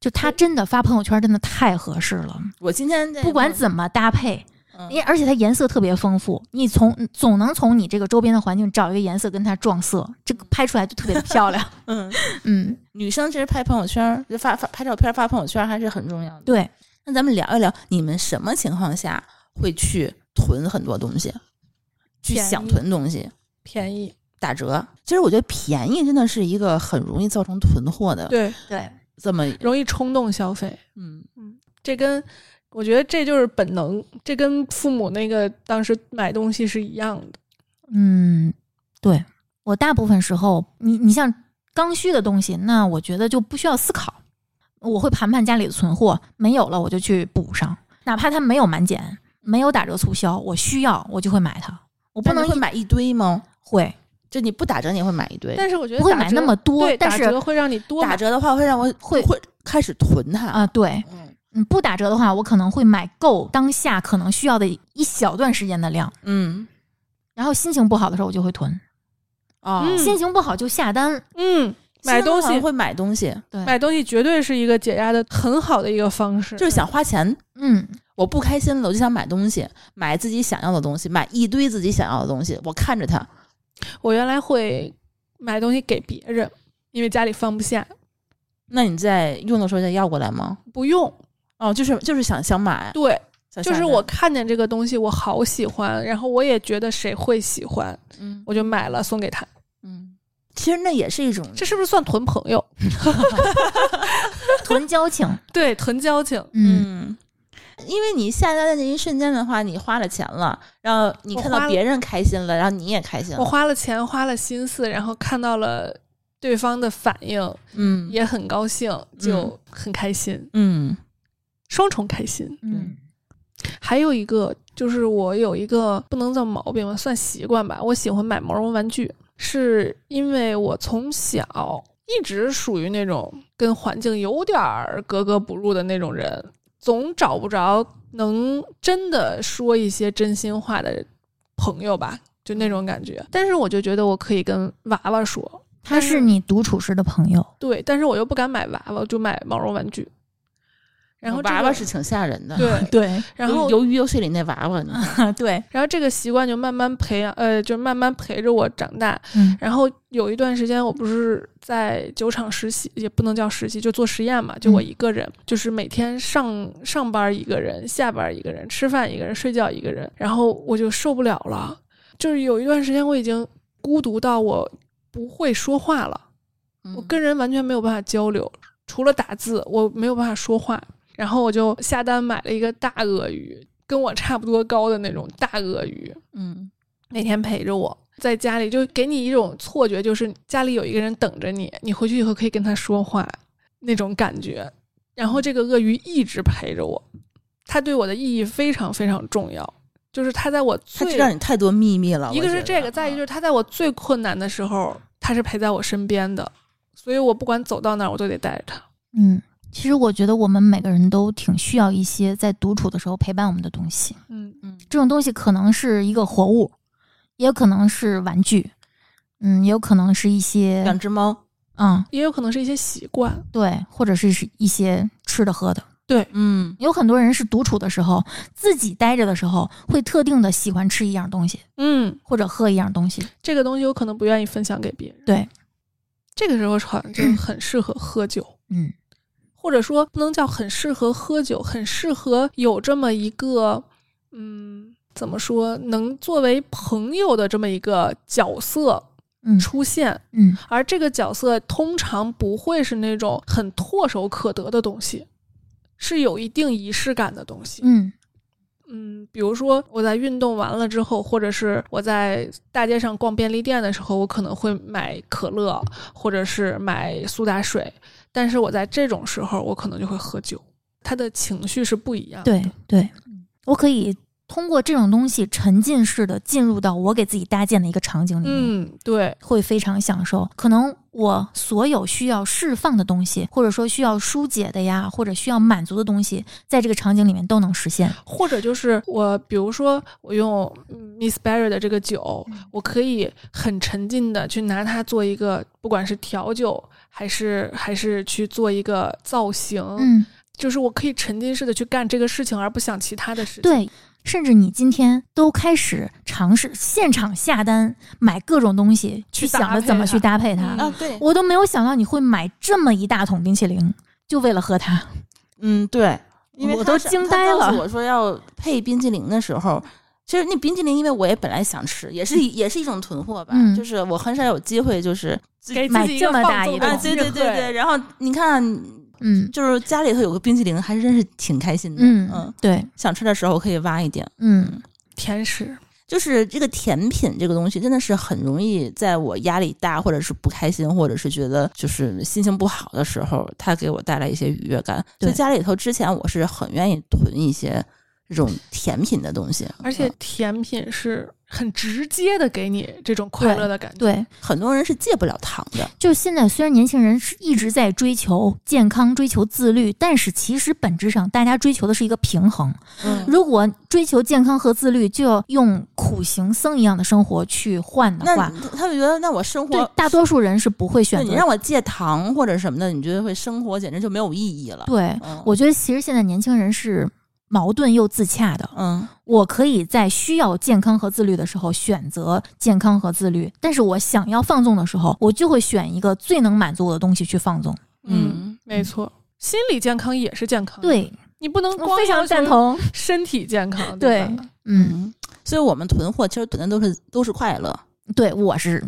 就它真的发朋友圈真的太合适了，我今天在不管怎么搭配，嗯因为而且它颜色特别丰富，你从总能从你这个周边的环境找一个颜色跟它撞色，这个拍出来就特别的漂亮。 嗯，嗯，女生其实拍朋友圈儿就发发拍照片儿发朋友圈儿还是很重要的。对，那咱们聊一聊，你们什么情况下会去囤很多东西，去便宜想囤东西便宜，打折？其实我觉得便宜真的是一个很容易造成囤货的对，对，这么容易冲动消费。嗯这跟我觉得这就是本能，这跟父母那个当时买东西是一样的。嗯，对我大部分时候，你你像刚需的东西，那我觉得就不需要思考，我会盘盘家里的存货，没有了我就去补上，哪怕它没有满减，没有打折促销，我需要我就会买它，我不不能能会一买一堆吗？会就你不打折你会买一堆，但是我觉得不会打买折那么多，对，但打折是会让你多打买折的话会让我会会开始囤它。啊、对，嗯嗯，不打折的话，我可能会买够当下可能需要的一小段时间的量，嗯然后心情不好的时候我就会囤，哦，嗯心情不好就下单，嗯，买东心情不好西会买东西，对，买东西绝对是一个解压的很好的一个方式。就是想花钱。嗯，我不开心了，我就想买东西，买自己想要的东西，买一堆自己想要的东西。我看着它，我原来会买东西给别人，因为家里放不下，那你在用的时候再要过来吗？不用。哦，就是就是想想买，对，想就是下单我，看见这个东西，我好喜欢，然后我也觉得谁会喜欢，嗯我就买了送给他。嗯，其实那也是一种，这是不是算囤朋友？囤交情，对，囤交情。嗯嗯，因为你下单的那一瞬间的话，你花了钱了，然后你我看花到了别人开心了，然后你也开心我了，花了钱，花了心思，然后看到了对方的反应，嗯也很高兴，就很开心，嗯双重开心。嗯还有一个就是我有一个不能叫毛病吧，算习惯吧，我喜欢买毛绒玩具，是因为我从小一直属于那种跟环境有点儿格格不入的那种人，总找不着能真的说一些真心话的朋友吧。就那种感觉，但是我就觉得我可以跟娃娃说，他是你独处时的朋友，对，但是我又不敢买娃娃，我就买毛绒玩具。然后、这个、娃娃是挺吓人的，对，对 然后由于游戏里那娃娃呢， 对，然后这个习惯就慢慢培养，呃，就慢慢陪着我长大。嗯然后有一段时间，我不是在酒厂实习，也不能叫实习，就做实验嘛，就我一个人，就是每天上上班一个人，下班一个人，吃饭一个人，睡觉一个人，然后我就受不了了，就是有一段时间我已经孤独到我不会说话了。嗯我跟人完全没有办法交流，除了打字，我没有办法说话。然后我就下单买了一个大鳄鱼，跟我差不多高的那种大鳄鱼，嗯每天陪着我在家里，就给你一种错觉，就是家里有一个人等着你，你回去以后可以跟他说话那种感觉。然后这个鳄鱼一直陪着我，它对我的意义非常非常重要，就是它在我他最知道你太多秘密了，一个我是觉这得个，再一个就是啊他在我最困难的时候，他是陪在我身边的，所以我不管走到哪儿，我都得带着他。嗯，其实我觉得我们每个人都挺需要一些在独处的时候陪伴我们的东西，嗯，嗯这种东西可能是一个活物，也有可能是玩具，嗯，也有可能是一些两只猫，嗯也有可能是一些习惯，对，或者是是一些吃的喝的。嗯有很多人是独处的时候，自己待着的时候，会特定的喜欢吃一样东西嗯，或者喝一样东西。这个东西我可能不愿意分享给别人。对，这个时候好像 就很适合喝酒，嗯或者说不能叫很适合喝酒，很适合有这么一个，嗯，怎么说，能作为朋友的这么一个角色嗯出现，嗯而这个角色通常不会是那种很唾手可得的东西，是有一定仪式感的东西。嗯嗯，比如说我在运动完了之后，或者是我在大街上逛便利店的时候，我可能会买可乐，或者是买苏打水，但是我在这种时候，我可能就会喝酒。他的情绪是不一样的。嗯对对，我可以通过这种东西沉浸式的进入到我给自己搭建的一个场景里面，嗯，对，会非常享受。可能我所有需要释放的东西，或者说需要疏解的呀，或者需要满足的东西，在这个场景里面都能实现。或者就是我，比如说我用嗯 Miss Berry 的这个酒，我可以很沉浸的去拿它做一个，不管是调酒还是还是去做一个造型，嗯，就是我可以沉浸式的去干这个事情，而不想其他的事情。对。甚至你今天都开始尝试现场下单买各种东西，去去搭想着怎么配它去搭配它。嗯啊，对，我都没有想到你会买这么一大桶冰淇淋，就为了喝它。嗯，对，因为我他都是惊他呆告诉了我说要配冰激凌的时候，其实那冰激凌，因为我也本来想吃，也是也是一种囤货吧，嗯就是我很少有机会就是给自买己一这个么放大纵一的顿啊，空对间对对对，，然后你看，啊嗯就是家里头有个冰激凌，还真是挺开心的，嗯嗯，对，想吃的时候可以挖一点。嗯甜食，就是这个甜品这个东西，真的是很容易在我压力大，或者是不开心，或者是觉得就是心情不好的时候，它给我带来一些愉悦感。对所以家里头之前我是很愿意囤一些这种甜品的东西，而且嗯甜品是很直接的给你这种快乐的感觉。对。很多人是戒不了糖的。就现在，虽然年轻人是一直在追求健康、追求自律，但是其实本质上大家追求的是一个平衡。嗯如果追求健康和自律，就要用苦行僧一样的生活去换的那话，他们觉得，那我生对活，大多数人是不会对选你择。让我戒糖或者什么的，你觉得会生活简直就没有意义了。对，嗯，我觉得其实现在年轻人是矛盾又自洽的。嗯，我可以在需要健康和自律的时候选择健康和自律，但是我想要放纵的时候，我就会选一个最能满足我的东西去放纵。嗯没错，心理健康也是健康。，对，你不能我光非常要求赞同。身体健康。吧对嗯，嗯，所以我们囤货其实囤的都是都是快乐。对我是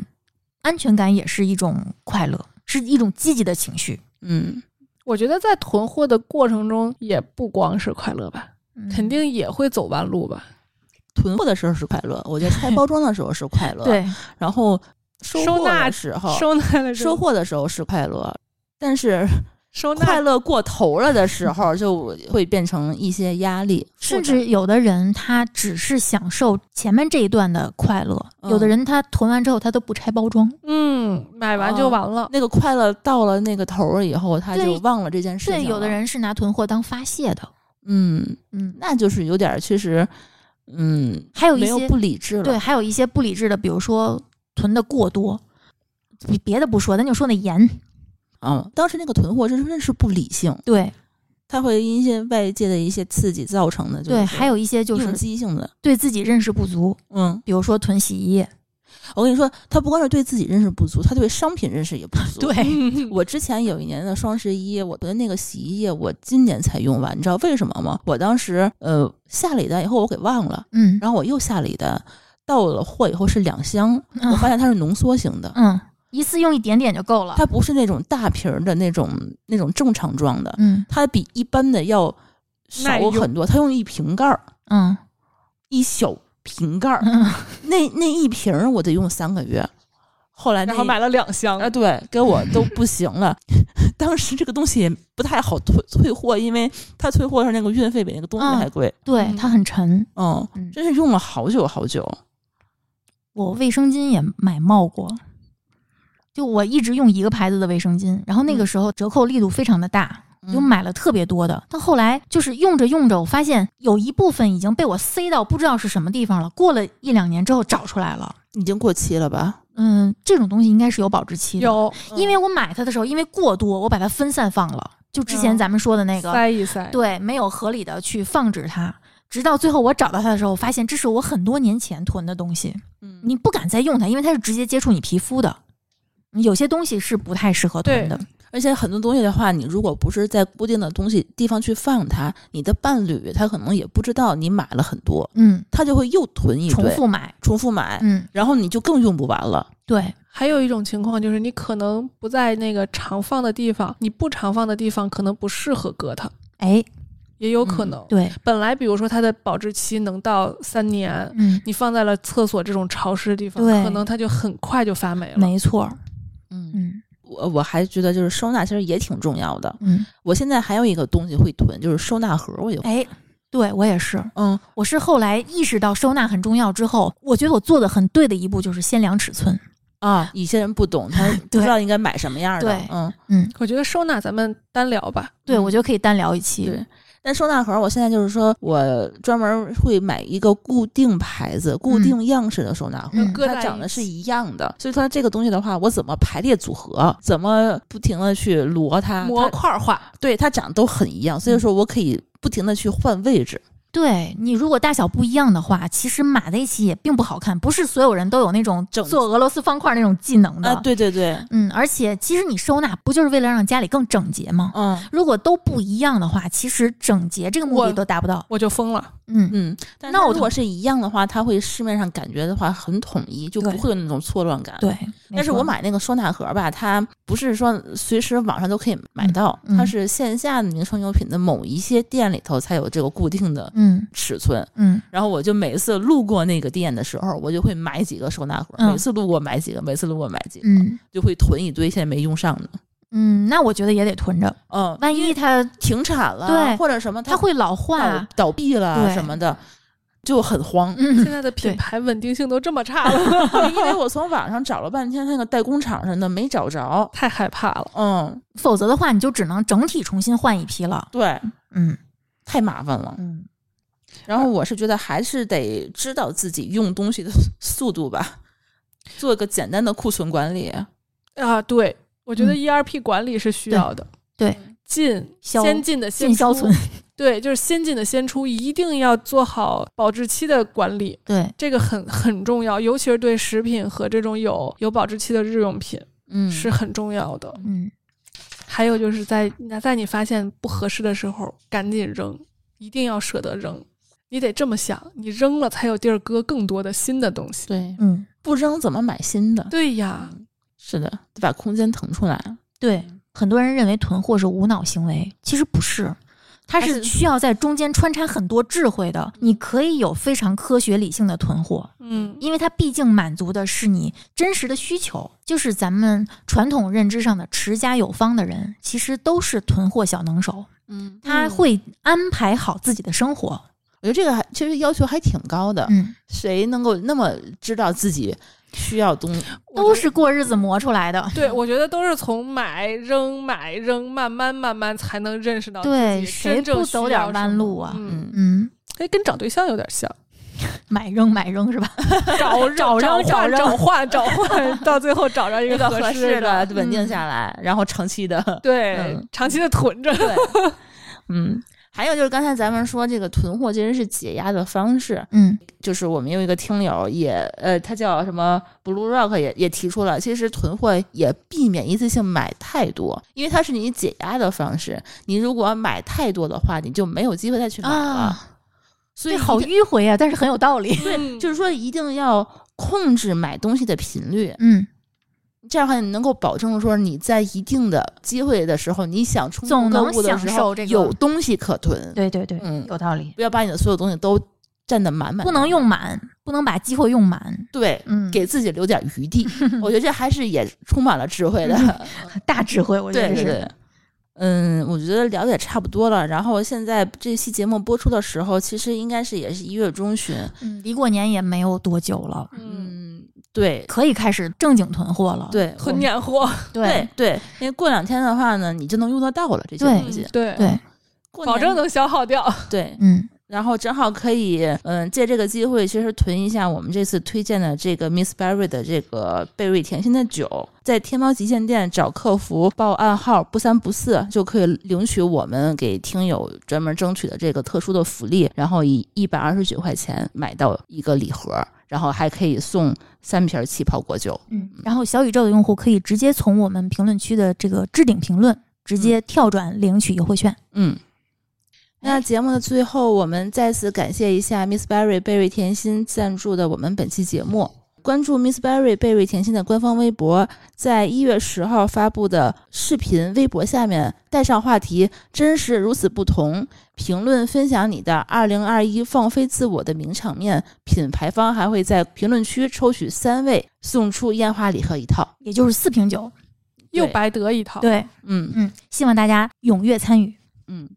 安全感也是一种快乐，是一种积极的情绪。嗯，我觉得在囤货的过程中，也不光是快乐吧，嗯肯定也会走弯路吧。囤货的时候是快乐， 我觉得拆包装的时候是快乐。对，然后收收获纳的时候，收纳的时收候，获的时候是快乐，但是收纳快乐过头了的时候，就会变成一些压力，甚至有的人他只是享受前面这一段的快乐，嗯有的人他囤完之后他都不拆包装。嗯，买完哦就完了。那个快乐到了那个头儿以后，他就对忘了这件事情对，有的了，人是拿囤货当发泄的。嗯，嗯，那就是有点儿确实，嗯，还有一没有些不理智了，对，，还有一些不理智的，比如说囤的过多。你别的不说，咱就说那盐，嗯，当时那个囤货真是真是不理性，对它会因一些外界的一些刺激造成的，对，还有一些就应是激性的，对自己认识不足，嗯。比如说囤洗衣液，我跟你说，他不光是对自己认识不足，他对商品认识也不足。对，嗯我之前有一年的双十一，我的那个洗衣液，我今年才用完，你知道为什么吗？我当时呃下了一单以后，我给忘了，嗯然后我又下了一单，到了货以后是两箱，我嗯发现它是浓缩型的，嗯，一次用一点点就够了，它不是那种大瓶儿的那种那种正常装的，嗯它比一般的要少耐用很多，它用一瓶盖儿，嗯一小瓶盖儿，嗯，那那一瓶儿我得用三个月。后来那然后一买了两箱啊，，对，给我都不行了。 当时这个东西也不太好退退货，因为它退货的时候那个运费比那个东西还贵。对，嗯它很沉。嗯，嗯，真是用了好久好久。我卫生巾也买冒过，就我一直用一个牌子的卫生巾，然后那个嗯时候折扣力度非常的大，就嗯买了特别多的。到后来就是用着用着，我发现有一部分已经被我塞到不知道是什么地方了。过了一两年之后找出来了，已经过期了吧？嗯，这种东西应该是有保质期的。，有嗯因为我买它的时候，因为过多，我把它分散放了，就之前嗯咱们说的那个，塞一塞，对，没有合理的去放置它。直到最后我找到它的时候，我发现这是我很多年前囤的东西。嗯你不敢再用它，因为它是直接接触你皮肤的。有些东西是不太适合囤的，而且很多东西的话，你如果不是在固定的东西地方去放它，你的伴侣他可能也不知道你买了很多，嗯，他就会又囤一堆，重复买，重复买，嗯，然后你就更用不完了。对，还有一种情况就是，你可能不在那个常放的地方，你不常放的地方可能不适合搁它，哎，也有可能。对，本来比如说它的保质期能到三年，嗯，你放在了厕所这种潮湿的地方，对可能它就很快就发霉了。没错儿，嗯，嗯我我还觉得就是收纳其实也挺重要的。嗯，我现在还有一个东西会囤，就是收纳盒，我也会。哎，对我也是，嗯，我是后来意识到收纳很重要之后，我觉得我做的很对的一步就是先量尺寸，啊，有些人不懂，他不对知道应该买什么样的。对嗯，我觉得收纳咱们单聊吧。对嗯我觉得可以单聊一期对，但收纳盒儿，我现在就是说我专门会买一个固定牌子、固定样式的收纳盒。嗯搁它在长得一是起一样的，所以说这个东西的话，我怎么排列组合，怎么不停的去摞它，模它块化，对它长得都很一样，所以说我可以不停的去换位置。对你如果大小不一样的话，其实码在一起也并不好看。不是所有人都有那种整做俄罗斯方块那种技能的。啊，对对对，嗯，而且其实你收纳不就是为了让家里更整洁吗？嗯如果都不一样的话，其实整洁这个目的我都达不到。我就疯了。嗯，嗯，但那它我如同果是一样的话，它会市面上感觉的话很统一，就不对会有那种错乱感。。对。嗯但是没错我，买那个收纳盒吧，它不是说随时网上都可以买到，嗯嗯它是线下的名创优品的某一些店里头才有这个固定的嗯尺寸。嗯，然后我就每次路过那个店的时候，我就会买几个收纳盒，嗯每次路过买几个，每次路过买几个，嗯就会囤一堆现在没用上的。嗯，那我觉得也得囤着，嗯，万一它停产了，对或者什么它它会老倒化。倒闭了对什么的，就 很慌。嗯现，在的对品牌稳定性都这么差 了，因为我从网上找了半天那个代工厂什么的没找着。太害怕了。嗯，否则的话，你就只能整体重新换一批了。对，嗯太麻烦了。嗯，然后我是觉得还是得知道自己用东西的速度吧，做个简单的库存管理。啊，对，我觉得嗯 ERP 管理是需要的。对对进消先进的先进消出存， 对，就是先进的先出，一定要做好保质期的管理，对，这个很很重要，尤其是对食品和这种有有保质期的日用品嗯是很重要的。嗯，还有就是在在你发现不合适的时候，赶紧扔，一定要舍得扔。你得这么想，你扔了才有地儿搁更多的新的东西。对，嗯，不扔怎么买新的？对呀，是的，得把空间腾出来。对，很多人认为囤货是无脑行为，其实不是，它还是是需要在中间穿插很多智慧的。你可以有非常科学理性的囤货，嗯，因为它毕竟满足的是你真实的需求，就是咱们传统认知上的持家有方的人，其实都是囤货小能手，嗯，他嗯会安排好自己的生活。我觉得这个还其实要求还挺高的。嗯，谁能够那么知道自己需要东西？我都觉是过日子磨出来的。对，我觉得都是从买扔买扔，慢慢慢慢才能认识到自对己谁真正不需走点要什弯么路啊嗯，嗯，哎，跟找对象有点像，买扔买扔是吧？找 人找找人找换人找换找换，到最后找着一一个个合合适适的的。嗯稳定下来，然后长期的。对，嗯长期的囤着。对，嗯。还有就是刚才咱们说这个囤货其实是解压的方式，嗯就是我们有一个听友也呃，他叫什么 Blue Rock 也也提出了，其实囤货也避免一次性买太多，因为它是你解压的方式。你如果买太多的话，你就没有机会再去买了。啊，所以这好一定迂回啊，但是很有道理。对就是说一定要控制买东西的频率，嗯，这样的话你能够保证说你在一定的机会的时候，你想冲总动购能物的享时受候这个有东西可囤。对对对，嗯有道理。不要把你的所有东西都占得满满的，不能用满，不能把机会用满。对，嗯，给自己留点余地。我觉得这还是也充满了智慧的。大智慧，嗯我觉对得是。对对，嗯，我觉得聊的也差不多了。然后现在这期节目播出的时候，其实应该是也是一月中旬。嗯，离过年也没有多久了，嗯，嗯，对可以开始正经囤货了。对囤年货。对对对，因为过两天的话呢，你就能用得到了这些对嗯东西，嗯对，对，过保年证能消耗掉。对。嗯然后正好可以，嗯，借这个机会，其实囤一下我们这次推荐的这个 Miss Berry 的这个贝瑞甜心的酒，在天猫旗舰店找客服报暗号“不三不四”，就可以领取我们给听友专门争取的这个特殊的福利，然后以一百二十九块钱买到一个礼盒，然后还可以送三瓶气泡果酒。嗯。然后小宇宙的用户可以直接从我们评论区的这个置顶评论直接跳转领取优惠券。嗯。那节目的最后，我们再次感谢一下 Miss Berry 贝瑞甜心赞助的我们本期节目。关注 Miss Berry 贝瑞甜心的官方微博，在一月十号发布的视频微博下面带上话题“真实如此不同”，评论分享你的二零二一放飞自我的名场面。品牌方还会在评论区抽取三位，送出烟花礼盒一套。也就是四瓶酒，又对白得一套。对，嗯嗯，希望大家踊跃参与。嗯，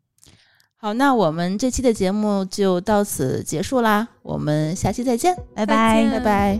好，那我们这期的节目就到此结束啦，我们下期再见，拜拜再见拜拜。